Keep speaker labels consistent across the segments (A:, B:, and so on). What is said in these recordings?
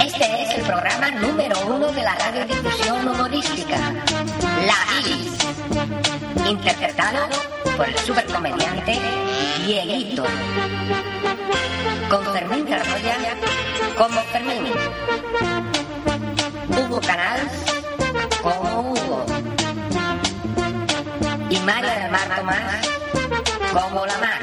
A: Este es el programa número uno de la radiodifusión humorística, La Bilis, interpretado por el supercomediante Dieguito, con Fermín Carroya como Fermín, Hugo Canals como Hugo y María del Mar Tomás como la Mar.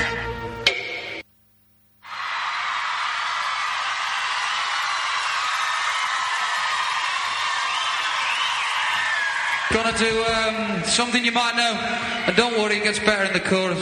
B: Gonna do um, something you might know, and don't worry, it gets better in the chorus.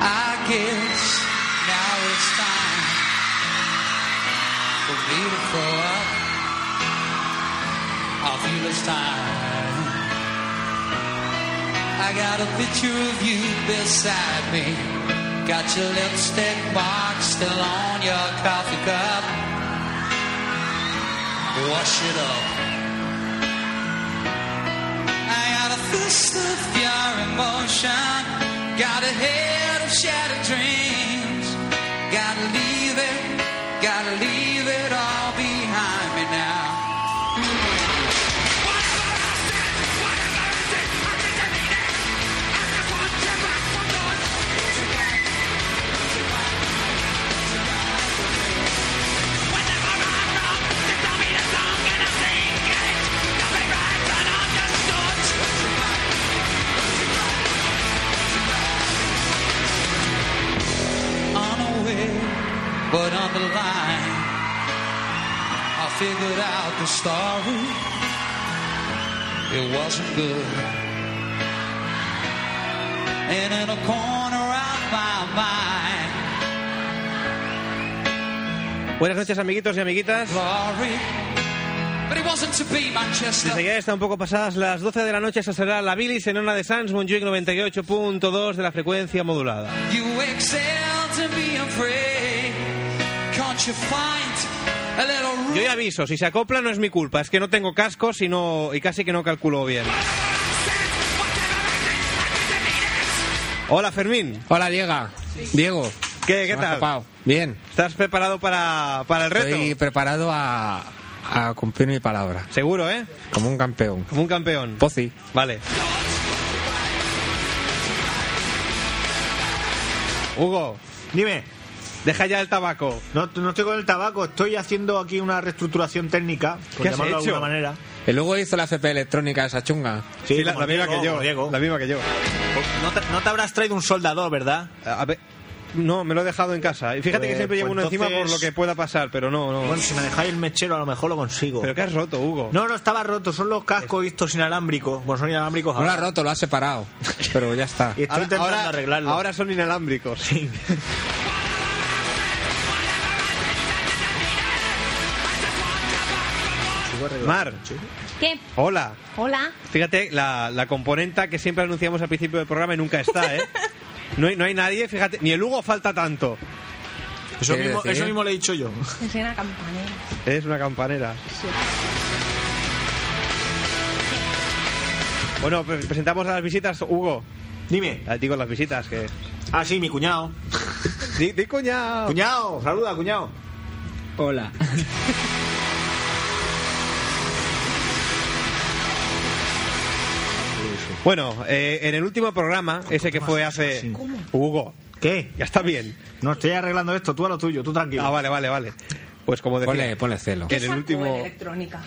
B: I guess now it's time for me to throw up. I feel it's time. I got a picture of you beside me. Got your lipstick mark still on your coffee cup. Wash it up. I got a fist of your emotion. Got a head of shattered dreams. Gotta leave it, gotta leave it all behind me now. unaware, but on the line. I figured out the story. It wasn't good. And in a corner of my mind,
C: Buenas noches, amiguitos y amiguitas.
B: glory. But it wasn't to be Manchester.
C: Desde ya está un poco pasadas las 12 de la noche, esta será la bilis en una de Sans Montjuic 98.2 de la frecuencia modulada.
B: You excel to be afraid. Can't you find a little room?
C: Yo ya aviso, si se acopla no es mi culpa, es que no tengo casco sino, y casi que no calculo bien. Hola Fermín,
D: Hola, Diego. Diego.
C: ¿qué, qué
D: ¿me has
C: tal?
D: tapado? Bien.
C: ¿Estás preparado para, para el reto?
D: Estoy preparado a, a cumplir mi palabra.
C: Seguro, ¿eh?
D: Como un campeón.
C: Como un campeón.
D: Pozzi.
C: Vale. Hugo,
E: Dime,
C: deja ya el tabaco.
E: no, no estoy con el tabaco, estoy haciendo aquí una reestructuración técnica, por
C: ¿Qué has
E: llamarlo de
C: hecho?
E: alguna manera.
D: El Hugo hizo la FP electrónica esa chunga.
C: Sí, la,
E: como
C: la misma
E: Diego,
C: que yo.
E: como Diego.
C: La misma que yo.
E: No, te, no te habrás traído un soldador, ¿verdad?
C: Eh, A ver, no, me lo he dejado en casa. Y fíjate que
E: Pues-
C: siempre llevo
E: pues
C: uno encima por
E: entonces-
C: lo que pueda pasar, pero no, no.
E: Bueno, si me dejáis el mechero, a lo mejor lo consigo.
C: pero que has roto, Hugo.
E: No, no estaba roto, son los cascos estos inalámbricos. Bueno, son inalámbricos
D: No lo ha
E: ahora.
D: roto, lo ha separado. Pero ya está.
E: Y estoy
C: ahora,
E: intentando
C: ahora-
E: arreglarlo.
C: ahora son inalámbricos. Mar,
F: ¿Qué?
C: hola.
F: Hola.
C: Fíjate, la, la componenta que siempre anunciamos al principio del programa y nunca está, ¿eh? No hay, no hay nadie, fíjate, ni el Hugo falta tanto.
E: Eso
D: ¿Qué
E: mismo,
D: decir?
E: eso mismo le he dicho yo.
F: Es una campanera.
C: Es una campanera. Bueno, pre- presentamos a las visitas, Hugo.
E: Dime.
C: Ah, Digo las visitas, que...
E: Ah, sí, mi cuñado.
C: Di, di
E: Oh.
C: cuñao.
E: Cuñado, saluda, cuñado.
G: Hola.
C: Bueno, eh, en el último programa, ese que fue hace... Hugo,
E: ¿Qué?
C: ya está bien.
E: No, estoy arreglando esto, tú a lo tuyo, tú tranquilo.
C: Ah, vale, vale, vale. Pues como decía,
D: Ponle, ponle celo.
C: que en el último...
F: electrónica.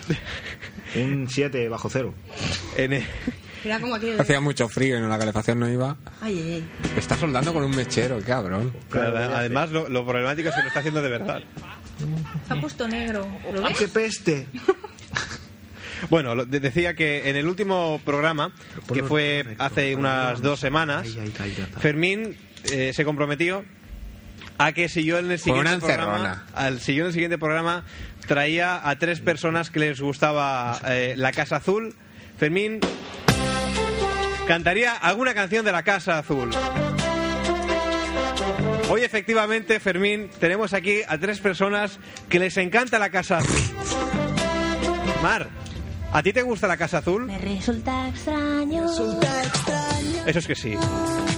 E: Un 7 bajo cero.
C: en el-
F: Mira cómo tiene.
D: Hacía mucho frío y la calefacción no iba.
F: Ay, ay, ay.
D: Está soldando con un mechero, qué cabrón.
E: Claro, ya sé.
C: además, lo, lo problemático es que lo está haciendo de verdad.
F: Se ha puesto negro. ¿Lo
E: ¡Ah,
F: ves?
E: qué peste!
C: Bueno, lo- de- decía que en el último programa, que fue hace unas dos semanas, Fermín eh, se comprometió a que si yo en el siguiente
D: una
C: programa,
D: encerrona.
C: al, si yo en el siguiente programa traía a tres personas que les gustaba eh, la Casa Azul, Fermín cantaría alguna canción de la Casa Azul. Hoy efectivamente, Fermín, tenemos aquí a tres personas que les encanta la casa. Mar, ¿a ti te gusta la casa azul?
G: Me resulta extraño.
C: Eso es que sí.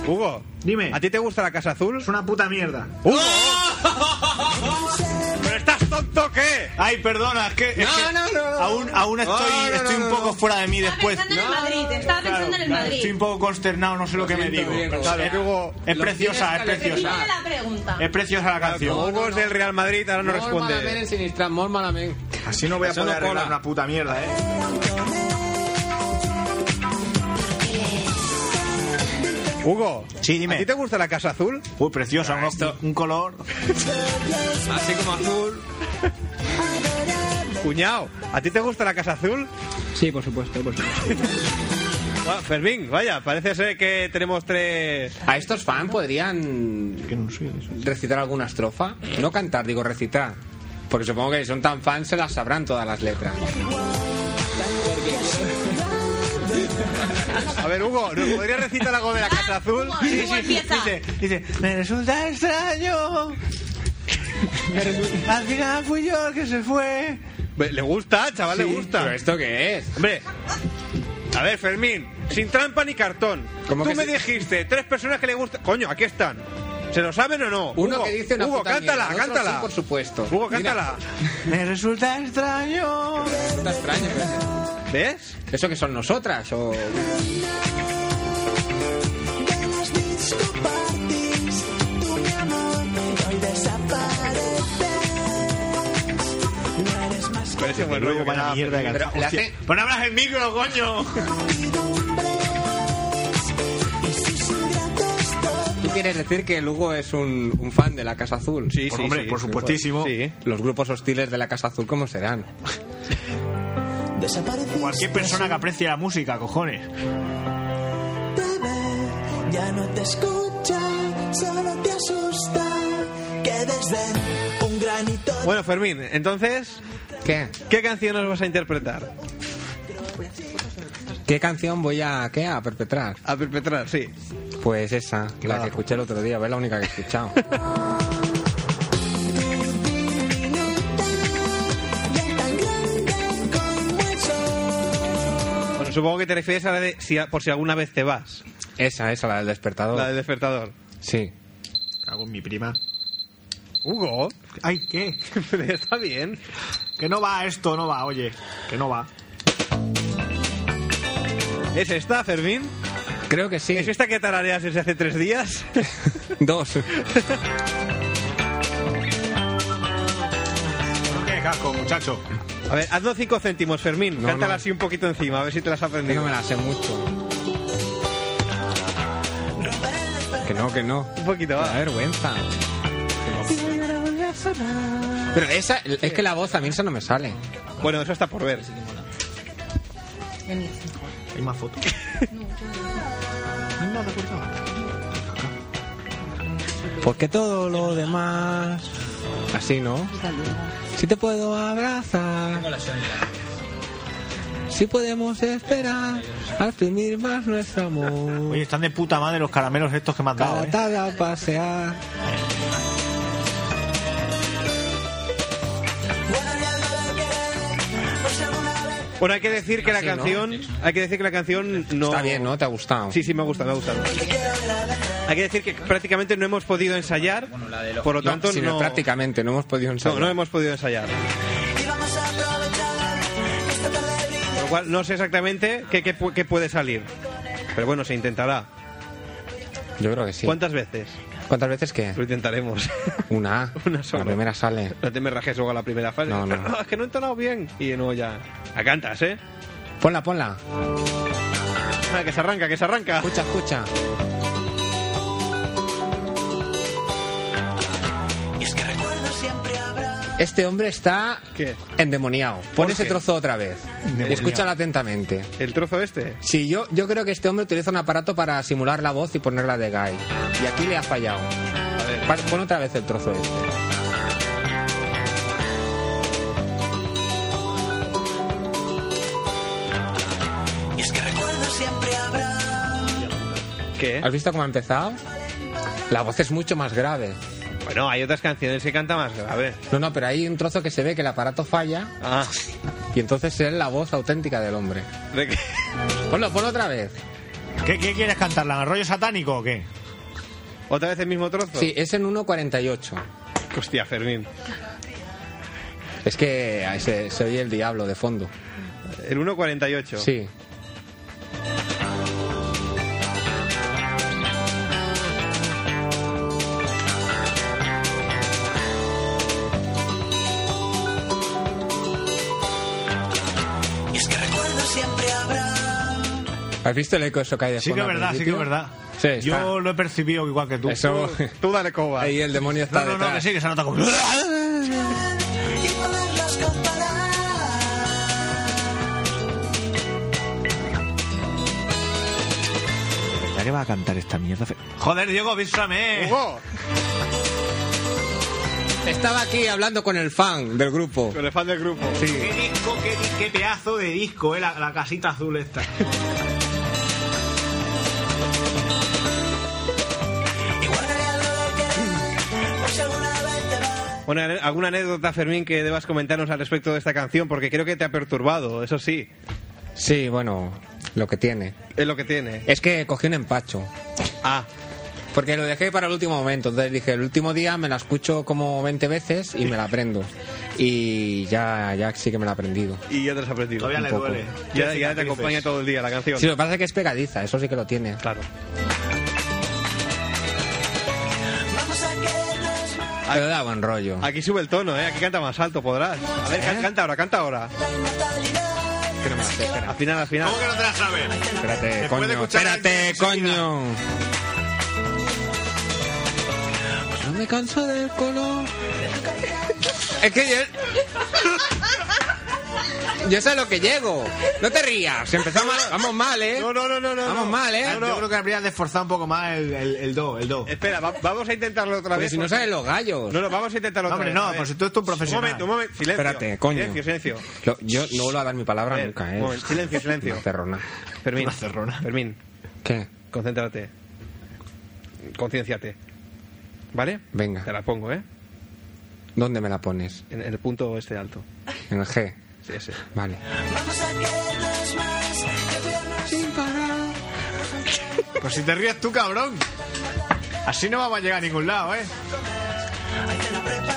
C: Hugo,
E: Dime.
C: ¿A ti te gusta la casa azul?
E: Es una puta mierda.
C: ¡Hugo! ¿Pero estás tonto o qué?
E: Ay, perdona, es que, es
D: No,
E: que
D: no, no.
E: aún, aún estoy,
D: No, no, no,
E: estoy un
D: no,
E: poco
D: no.
E: fuera de mí
F: Estaba
E: después.
F: pensando en el
E: No,
F: Madrid, estaba pensando en el
E: claro, Estoy
F: Madrid.
E: un poco consternado, no sé lo que me
D: siento,
E: digo.
D: Diego.
E: ¿Sabes?
C: Hugo,
E: Es
D: Lo
E: preciosa, es
D: tienes calentito.
E: preciosa.
F: Dime la pregunta.
E: Es preciosa la
C: Como
E: canción.
C: Hugo es del Real Madrid, ahora no responde.
D: sinistral, mol malament.
E: Así no voy a
D: Eso
E: poder
D: no cola.
E: arreglar una puta mierda, ¿eh?
C: Hugo,
E: Sí, dime.
C: ¿a ti te gusta la casa azul?
E: Uy, preciosa, un, un color.
D: Así como azul.
C: Cuñao, ¿a ti te gusta la casa azul?
H: Sí, por supuesto, por supuesto.
C: Bueno, Fermín, vaya, parece ser que tenemos tres...
D: A estos fans podrían
E: Que no sé eso.
D: recitar alguna estrofa. No cantar, digo recitar. Porque supongo que si son tan fans se las sabrán todas las letras.
C: A ver, Hugo, ¿nos podrías recitar algo de la casa azul?
F: Ah, Hugo,
C: Sí,
F: Hugo,
C: sí,
F: empieza.
C: dice,
E: Dice, me resulta extraño. Al final fui yo el que se fue.
C: Ve, Le gusta, chaval, le gusta.
D: ¿Pero esto qué es?
C: Hombre, a ver, Fermín, sin trampa ni cartón.
D: ¿Cómo
C: Tú
D: que
C: me
D: sí?
C: dijiste, tres personas que le gustan. Coño, aquí están. ¿Se lo saben o no?
D: Uno
C: Hugo,
D: que dice una
C: Hugo,
D: puta
C: cántala,
D: mierda, otro
C: cántala.
D: sí, por supuesto.
C: Hugo,
D: Mira.
C: cántala.
E: Me resulta extraño.
D: Está extraño. pero
C: ¿Ves?
D: es- ¿eh? ¿Eso que son nosotras? O...
C: Parece buen rollo
E: Luego
C: que
E: vaya
C: da.
E: mierda de
D: pero
E: canción.
D: le
E: Hostia,
D: hace-
E: Pero no abras el micro, coño.
D: ¿Tú quieres decir que el Hugo es un, un fan de la Casa Azul? pues,
C: Sí,
E: Por-
C: sí,
E: hombre,
C: sí,
E: por
C: sí,
E: supuestísimo.
C: Sí.
D: Los grupos hostiles de la Casa Azul, ¿cómo serán?
E: Cualquier persona que aprecie la música, cojones.
I: Ya no te escucha, solo te asusta que desde un granito
C: Bueno, Fermín, entonces,
D: ¿Qué?
C: ¿qué canción nos vas a interpretar?
D: ¿Qué canción voy a, qué, a perpetrar?
C: A perpetrar, sí.
D: Pues esa, la que escuché el otro día, es la única que he escuchado.
C: Bueno, supongo que te refieres a la de si, por si alguna vez te vas,
D: Esa, esa, la del despertador.
C: la del despertador.
D: Sí.
E: Cago en mi prima.
C: Hugo,
E: Ay, ¿qué?
C: está bien.
E: Que no va esto, no va, oye. Que no va.
C: ¿Es esta, Fermín?
D: Creo que sí.
C: ¿Es esta que tarareas desde hace tres días?
D: Dos.
E: No qué casco, muchacho.
C: A ver, haznos cinco céntimos, Fermín.
D: No,
C: Cántala
D: no.
C: así un poquito encima, a ver si te las has
D: Yo no
C: aprendido.
D: me la sé mucho. Que no, que no.
C: Un poquito,
D: La
C: va.
D: vergüenza. Pero esa, es que la voz a mí esa no me sale.
C: Bueno, eso está por ver.
E: Hay más fotos. No, no recuerdo.
D: Porque todo lo demás. Así, ¿no? Si te puedo abrazar. Si podemos esperar al primir más nuestro amor.
E: Oye, están de puta madre los caramelos estos que me has dado.
D: Cada
E: ¿eh?
D: tarde a pasear.
C: Bueno, hay que decir que la
D: Así, ¿no?
C: canción, hay que decir que la canción no
D: Está bien, ¿no? ¿Te ha gustado?
C: Sí, sí, me gusta, me gusta. Hay que decir que prácticamente no hemos podido ensayar, por lo
D: No,
C: tanto
D: sino
C: no,
D: prácticamente no hemos podido ensayar.
C: no, no hemos podido ensayar. Con Lo cual no sé exactamente qué, qué pu- qué puede salir, pero bueno, se intentará.
D: Yo creo que sí.
C: ¿Cuántas veces?
D: ¿Cuántas veces qué?
C: Lo intentaremos.
D: Una.
C: Una sola.
D: La primera sale.
C: No te me rajes luego a la primera fase.
D: No, no.
C: es que no he entonado bien. Y no, ya. La cantas, ¿eh?
D: Ponla, ponla.
C: Ah, que se arranca, que se arranca.
D: Escucha, escucha. Este hombre está
C: ¿Qué?
D: endemoniado.
C: ¿Por
D: Pon ese
C: qué?
D: trozo otra vez.
E: Endemoniado.
D: Escúchala atentamente.
C: El trozo este.
D: Sí, yo, yo creo que este hombre utiliza un aparato para simular la voz y ponerla de guy. Y aquí le ha fallado.
C: A ver. ¿Eh?
D: Pa- Pon otra vez el trozo este.
C: ¿Qué?
D: ¿Has visto cómo ha empezado? La voz es mucho más grave.
C: Bueno, hay otras canciones que canta más grave.
D: No, no, pero hay un trozo que se ve que el aparato falla
C: Ah,
D: y entonces es la voz auténtica del hombre.
C: ¿de qué?
D: Ponlo, ponlo otra vez.
E: ¿Qué, qué quieres cantarla? ¿Rollo satánico o qué?
C: ¿Otra vez el mismo trozo?
D: Sí, es en 1.48.
C: Hostia, Fermín.
D: Es que ahí se, se oye el diablo de fondo.
C: El 1.48.
D: Sí.
I: Y es que recuerdo siempre habrá.
D: ¿Has visto el eco eso que hay de
E: Sí que
D: fondo
E: es
D: al
E: verdad, sí que es
D: principio?
E: verdad.
D: Sí, está.
E: Yo lo he percibido igual que tú.
D: Eso.
C: Tú dale coba.
D: Ahí el demonio
E: No,
D: está
E: no, no, que
D: detrás.
E: sí, que se nota como...
I: Y poderlos comparar.
E: ¿Qué va a cantar esta mierda? Joder, Diego, avísame.
C: ¡Hugo!
D: Estaba aquí hablando con el fan del grupo.
C: Con el fan del grupo.
E: Qué disco, qué, di- qué pedazo de disco, eh, la, la casita azul esta.
I: Y guardaré algo de querer. Pues alguna vez te vas.
C: Bueno, ane- ¿alguna anécdota, Fermín, que debas comentarnos al respecto de esta canción? Porque creo que te ha perturbado, eso sí.
D: Sí, bueno, lo que tiene.
C: Es lo que tiene.
D: Es que cogí un empacho.
C: Ah,
D: Porque lo dejé para el último momento. Entonces dije, el último día me la escucho como 20 veces y me la aprendo. Y ya, ya sí que me la he aprendido.
C: y ya te lo has aprendido.
E: Todavía
C: Un
E: le
C: poco.
E: duele.
C: Ya, ya te acompaña todo el día la canción.
D: Sí, lo que pasa es que es pegadiza, eso sí que lo tiene.
C: Claro.
I: Vamos a querernos más.
D: Pero da buen rollo.
C: Aquí sube el tono, ¿eh? Aquí canta más alto, podrás. A ver,
D: ¿Eh?
C: can- canta ahora, canta ahora.
I: La inmortalidad.
D: Que no me la sé, espera.
C: Al final, al final.
E: ¿Cómo que no te la sabes?
D: Espérate,
E: Se puede
D: coño.
E: escuchar
D: Espérate,
E: alguien
D: coño. Pues No me canso del color. Es que yo. Yo sé lo que llego. No te rías. Empezamos. Vamos mal, ¿eh?
C: No, no, no, no, no.
D: Vamos
C: no.
D: mal, ¿eh?
E: Yo creo que habrías de esforzar un poco más el, el, el do, el do.
C: Espera, va- vamos a intentarlo otra
D: Porque
C: vez.
D: si no salen los gallos.
C: No, no, vamos a intentarlo
E: No,
C: otra vez.
E: hombre, no,
C: A ver.
E: por si tú eres un profesional.
C: Un momento, un momento. Silencio.
D: Espérate, coño.
C: Silencio, silencio.
D: Lo- yo no vuelvo a dar mi palabra
C: A ver,
D: nunca,
C: un
D: ¿eh?
C: momento, silencio, silencio.
D: Una cerrona.
C: Fermín.
E: Una cerrona.
C: Fermín,
D: ¿Qué?
C: concéntrate. Concienciate. ¿Vale?
D: Venga.
C: Te la pongo, ¿eh?
D: ¿Dónde me la pones?
C: En, en el punto este alto.
D: En el G.
C: Sí, ese.
D: Vale.
I: Vamos a querernos más. Que cuidarnos
E: Pues si te ríes tú, cabrón. Así no vamos a llegar a ningún lado, ¿eh?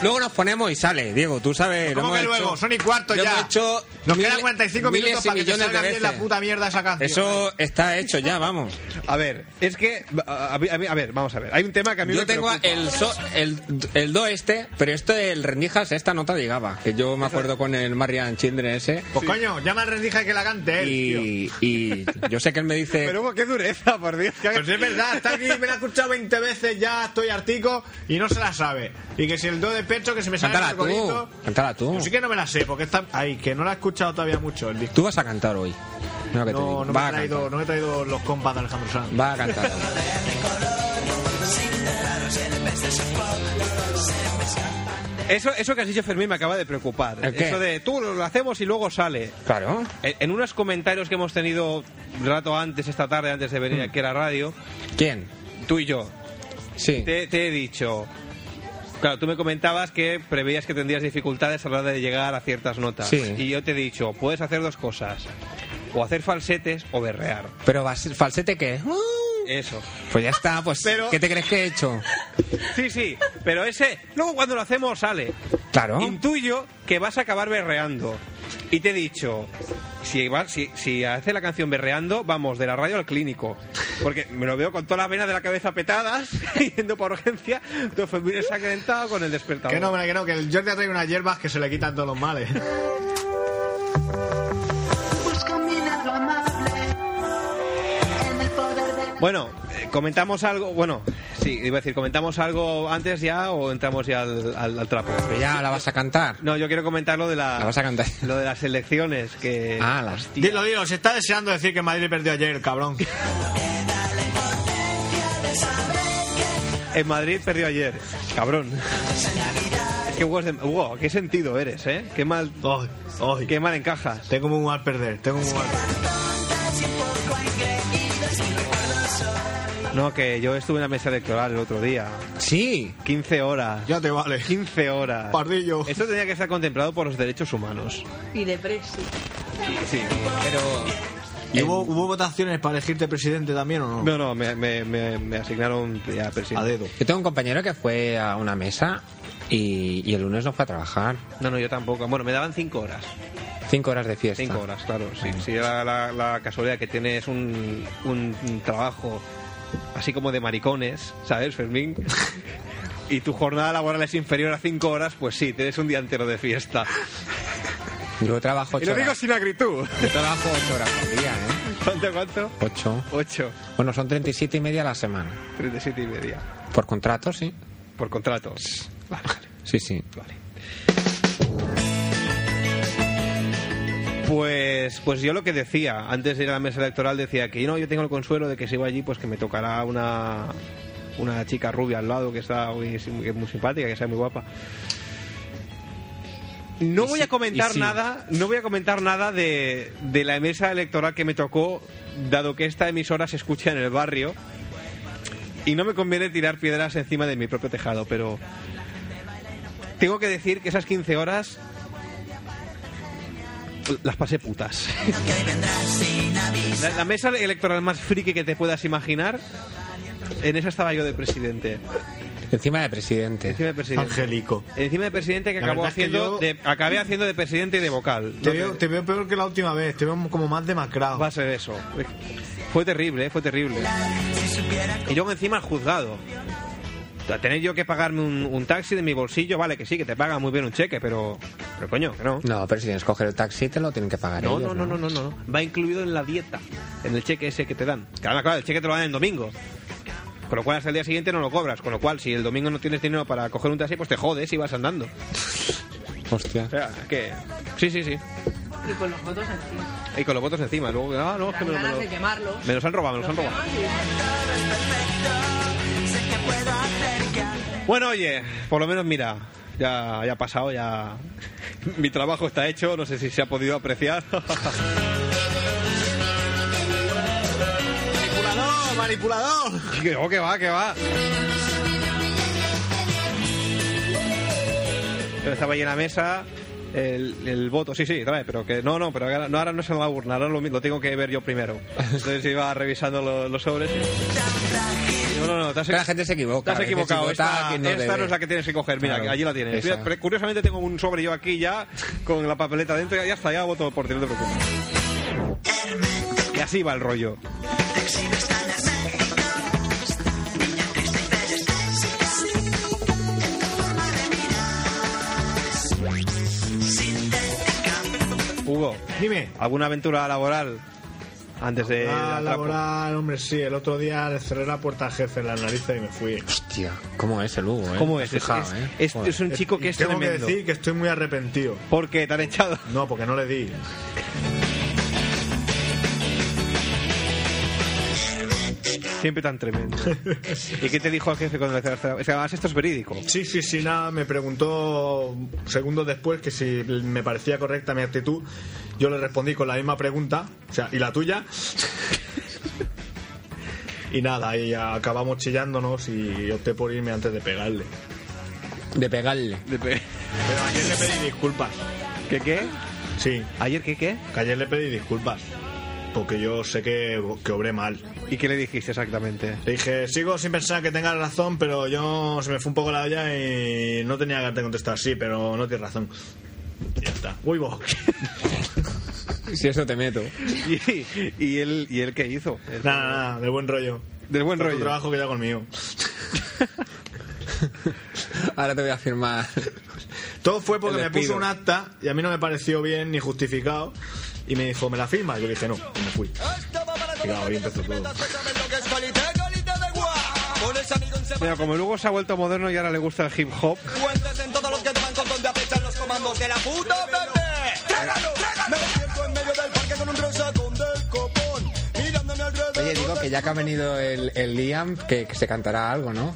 D: Luego nos ponemos y sale, Diego, tú sabes. lo
E: ¿Cómo
D: hemos
E: que luego?
D: hecho-
E: Son y cuarto
D: lo
E: ya.
D: hemos hecho
E: Nos
D: miles-
E: quedan 45
D: miles
E: minutos
D: y
E: para que
D: millones
E: salga
D: de
E: bien la
D: veces.
E: puta mierda esa canción.
D: Eso está hecho ya, vamos.
C: A ver, es que. A, a- a mí- a ver, vamos a ver. Hay un tema que a mí
D: Yo
C: me
D: tengo
C: preocupa.
D: el, so- el, el do este, pero esto el rendijas, esta nota llegaba. Que yo me acuerdo con el Marian Children ese.
E: Pues coño, llama al rendija y que la cante él, tío.
D: Y, y yo sé que él me dice.
C: Pero Hugo, qué dureza, por Dios. que-
E: Pues es verdad, está aquí, me la he escuchado 20 veces, ya estoy artico y no se la sabe. Y que si el do de pecho que se me sale
D: cántala
E: el
D: tú.
E: codito.
D: Cántala tú.
E: Yo sí que no me la sé, porque está ahí, que no la he escuchado todavía mucho el disco.
D: Tú vas a cantar hoy. Mira lo que te digo.
E: No, no me,
D: Va
E: he
D: a
E: traído,
D: cantar.
E: no me he traído los compas de Alejandro Sanz.
D: Va a cantar.
C: Eso, eso que has dicho, Fermín, me acaba de preocupar.
D: ¿El qué?
C: Eso de tú lo hacemos y luego sale.
D: Claro.
C: En en unos comentarios que hemos tenido un rato antes, esta tarde, antes de
D: Mm.
C: venir aquí a la radio,
D: ¿Quién?
C: tú y yo,
D: Sí.
C: te, te he dicho. Claro, tú me comentabas que preveías que tendrías dificultades a la hora de llegar a ciertas notas.
D: Sí.
C: Y yo te he dicho, puedes hacer dos cosas: o hacer falsetes o berrear.
D: Pero va a ser- falsete qué?
C: Eso.
D: Pues ya está, pues
C: Pero-
D: ¿qué te crees que he hecho?
C: Sí, sí, pero ese. Luego cuando lo hacemos sale.
D: Claro.
C: Intuyo que vas a acabar berreando. Y te he dicho, si, va- si, si hace la canción berreando, vamos de la radio al clínico. Porque me lo veo con todas las venas de la cabeza petadas, yendo por urgencia, todo femenino ensangrentado con el despertador.
E: Que no, hombre, que no, que el Jordi ha traído unas hierbas que se le quitan todos los males.
C: Bueno, eh, comentamos algo. Bueno, sí, iba a decir, ¿comentamos algo antes ya o entramos ya al, al- al trapo?
D: Pero ya la vas a cantar.
C: No, yo quiero comentar lo de, la,
D: La vas a cantar.
C: lo de las elecciones. Que,
D: Ah, las-
E: Dilo, dilo, se está deseando decir que Madrid perdió ayer, cabrón.
C: En Madrid perdió ayer. Cabrón. Es que Hugo, es de- Hugo, qué sentido eres, ¿eh? Qué mal,
E: Ay, ay,
C: qué mal encajas.
E: Tengo muy mal perder, tengo muy mal perder.
C: No, que yo estuve en la mesa electoral el otro día.
D: Sí.
C: 15 horas.
E: Ya te vale.
C: 15 horas.
E: Pardillo.
C: Esto tenía que estar contemplado por los derechos humanos.
F: Y de presi.
C: Sí.
E: ¿Y hubo, hubo votaciones para elegirte presidente también o no?
C: No, no, me, me- me- me asignaron ya
E: A
C: presidente.
E: dedo.
D: Yo tengo un compañero que fue a una mesa y, y el lunes no fue a trabajar.
C: No, no, yo tampoco. Bueno, me daban 5 horas.
D: Cinco horas de fiesta.
C: 5 horas, claro. Si sí, la, la- la casualidad que tienes un, un trabajo así como de maricones, ¿sabes, Fermín? Y tu jornada laboral es inferior a 5 horas, pues sí, tienes un día entero de fiesta.
D: Yo trabajo
C: Y
D: ocho
C: lo digo
D: horas.
C: sin acritud.
D: Yo trabajo ocho horas al día, ¿eh?
C: ¿Cuánto, cuánto?
D: Ocho.
C: 8,
D: Bueno, son 37 y media a la semana.
C: 37 y media.
D: Por contrato, sí.
C: Por contrato.
D: Sí, sí.
C: Pues, pues yo lo que decía, antes de ir a la mesa electoral decía que no, yo tengo el consuelo de que si voy allí, pues que me tocará una, una chica rubia al lado que está muy, que es muy simpática, que sea muy guapa. No voy a comentar
D: y sí.
C: nada, no voy a comentar nada de, de la mesa electoral que me tocó, dado que esta emisora se escucha en el barrio. Y no me conviene tirar piedras encima de mi propio tejado, pero tengo que decir que esas 15 horas las pasé putas. La, la mesa electoral más friki que te puedas imaginar, en esa estaba yo de presidente.
D: Encima de presidente.
C: Encima de presidente.
E: Angélico.
C: Encima de presidente que
E: La
C: acabó
E: verdad es que
C: haciendo
E: yo-
C: de- acabé haciendo de presidente y de vocal.
E: Te
C: No
E: veo,
C: te-
E: te veo peor que la última vez, te veo como más demacrado.
C: Va a ser eso. Fue terrible, ¿eh? fue terrible. Y yo encima al juzgado. A tener yo que pagarme un, un taxi de mi bolsillo, vale, que sí, que te paga muy bien un cheque, pero. Pero coño, que no.
D: No, pero si tienes que coger el taxi te lo tienen que pagar
C: No,
D: ellos,
C: no, no, no, no, no. Va incluido en la dieta, en el cheque ese que te dan. Claro, claro, el cheque te lo dan el domingo. Con lo cual hasta el día siguiente no lo cobras. Con lo cual, si el domingo no tienes dinero para coger un taxi, pues te jodes y vas andando.
D: Hostia.
C: O sea, es que. Sí, sí, sí.
F: Y con los votos encima.
C: Y con los votos encima. Luego, ah, no, no, es que
F: Las
C: me, lo- me
F: ganas
C: lo-
F: de quemarlos.
C: me los han robado, me los han robado. Bueno, oye, por lo menos mira, ya, ya ha pasado, ya. Mi trabajo está hecho, no sé si se ha podido apreciar.
E: ¡Manipulador! ¡Manipulador!
C: que oh, que va, que va. Pero estaba ahí en la mesa. El, el voto, sí, sí, trae, pero que no, no, pero ahora no, ahora no es en la urna, ahora lo, lo tengo que ver yo primero. Entonces iba revisando lo- los sobres. Y digo, no, no, te has,
D: Oh, Que la gente se
C: te
D: equivoca.
C: has
D: a veces
C: equivocado,
D: se vota a
C: esta,
D: quien no
C: esta
D: debe.
C: no es la que tienes que coger, mira,
D: Claro,
C: que allí la tienes.
D: esa.
C: Mira, pero curiosamente tengo un sobre yo aquí ya con la papeleta dentro, ya está, ya voto por ti, no te preocupes. Y así va el rollo. Hugo,
E: Dime.
C: ¿alguna aventura laboral antes de
E: Ah,
C: del trapo?
E: laboral, hombre, sí. El otro día le cerré la puerta al jefe en la nariz y me fui.
D: Hostia, ¿cómo es el Hugo, eh?
C: ¿Cómo es?
D: Me he fijado,
C: Es-
D: ¿eh?
C: es-
D: Joder.
C: es un chico que es
E: Tengo
C: tremendo.
E: que decir que estoy muy arrepentido.
C: ¿Por qué te han echado?
E: No, porque no le di.
C: Siempre tan tremendo. ¿Y qué te dijo el jefe cuando le cerraste la- O sea, además esto es verídico.
E: Sí, sí, sí, nada, me preguntó segundos después que si me parecía correcta mi actitud. Yo le respondí con la misma pregunta, o sea, ¿y la tuya? y nada, y acabamos chillándonos y opté por irme antes de pegarle.
D: De pegarle.
C: De pe-
E: Pero ayer le pedí disculpas.
C: ¿Qué qué?
E: Sí,
C: ¿Ayer qué qué?
E: que ayer le pedí disculpas. Porque yo sé que, que obré mal.
C: ¿Y qué le dijiste exactamente?
E: Le dije, sigo sin pensar que tengas razón, pero yo se me fue un poco la olla y no tenía ganas de contestar sí, pero no tienes razón. Y ya está. Uy, vos.
D: Si eso te meto.
C: ¿Y, y él, ¿Y él qué hizo?
E: Nada, nada, de buen rollo.
C: Del buen
E: Tanto
C: rollo.
E: trabajo que ya conmigo.
D: Ahora te voy a firmar.
E: Todo fue porque
D: El
E: me
D: despido.
E: puso un acta y a mí no me pareció bien ni justificado. Y me dijo, ¿me la firma? Yo le dije, no, y me fui. Claro, ahí empezó todo.
C: Mira, como luego se ha vuelto moderno y ahora le gusta el hip hop,
J: Cuentes en todos los que toman con donde apestan los comandos de la puta bebé. ¡Trágalo! Me despierto en medio del parque con un resacón del copón. Mirándome alrededor.
D: Oye, digo que ya que ha venido el, el Liam, que, que se cantará algo, ¿no?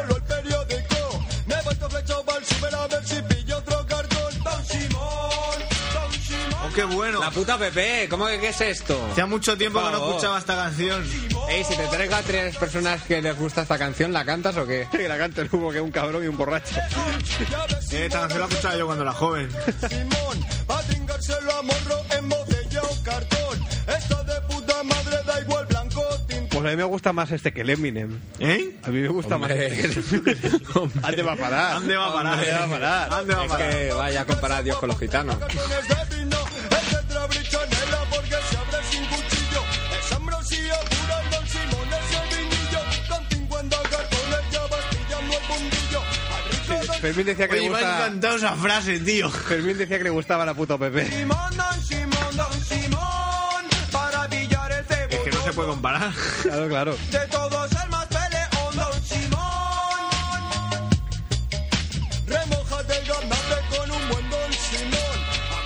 J: Abro el periódico. Me he vuelto flechado para el super a ver si pillo otro cartón. Don Simón, Don Simón.
E: Oh, qué bueno.
D: puta Pepe, ¿cómo que qué es esto?
E: Hacía mucho tiempo que
D: Por
E: no
D: favor.
E: escuchaba esta canción.
D: Ey, si te traigo a tres personas que les gusta esta canción, ¿la cantas o qué?
C: Que la canta el humo, que es un cabrón y un borracho.
E: Eh, Esta canción la escuchaba yo cuando era joven.
J: Simón, a tringárselo a morro en botella o cartón. Esta de puta madre da igual blanco o tinto.
C: Pues a mí me gusta más este que el Eminem.
E: ¿Eh?
C: A mí me gusta más
D: Hombre.
C: este que el Ah, Eminem. Ande va a parar.
E: ¿Dónde va a parar?
C: Ande va a parar.
E: ¿Dónde va a
D: Es
E: parar?
D: que vaya a comparar a Dios con los gitanos.
J: Cartones de vino, es de trabrichanela porque se abre sin cuchillo. Es ambrosía pura, don Simón es el vinillo. Con 50 cartones ya vas pillando el bombillo. Al ritmo del
C: Fermín decía que
E: Oye,
C: le
E: me ha
C: gusta...
E: encantado esa frase, tío.
C: Fermín decía que le gustaba la puta Pepe.
J: Simón, don Simón, don Simón, para pillar el cebo.
E: Es que no se puede comparar.
C: Claro, claro.
J: De todos el más peleón, don Simón. Remójate el garnate con un buen don Simón.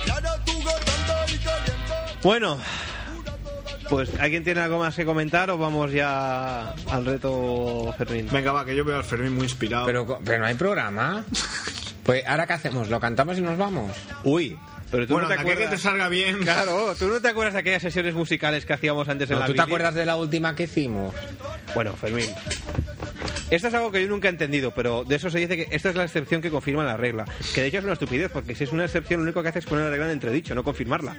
J: Aclara tu garganta y calienta.
C: Bueno, pues ¿alguien tiene algo más que comentar o vamos ya al reto Fermín?
E: Venga, va, que yo veo al Fermín muy inspirado.
D: Pero, pero no hay programa. Pues ahora qué hacemos, lo cantamos y nos vamos.
C: Uy, pero tú
E: bueno,
C: no te
E: de aquí a que te
C: acuerdas...
E: salga bien.
C: Claro, tú no te acuerdas de aquellas sesiones musicales que hacíamos antes en
D: No,
C: la
D: ¿Tú te
C: bici?
D: acuerdas de la última que hicimos?
C: Bueno, Fermín. Esto es algo que yo nunca he entendido, pero de eso se dice que esta es la excepción que confirma la regla. Que de hecho es una estupidez, porque si es una excepción, lo único que hace es poner la regla en entredicho, no confirmarla.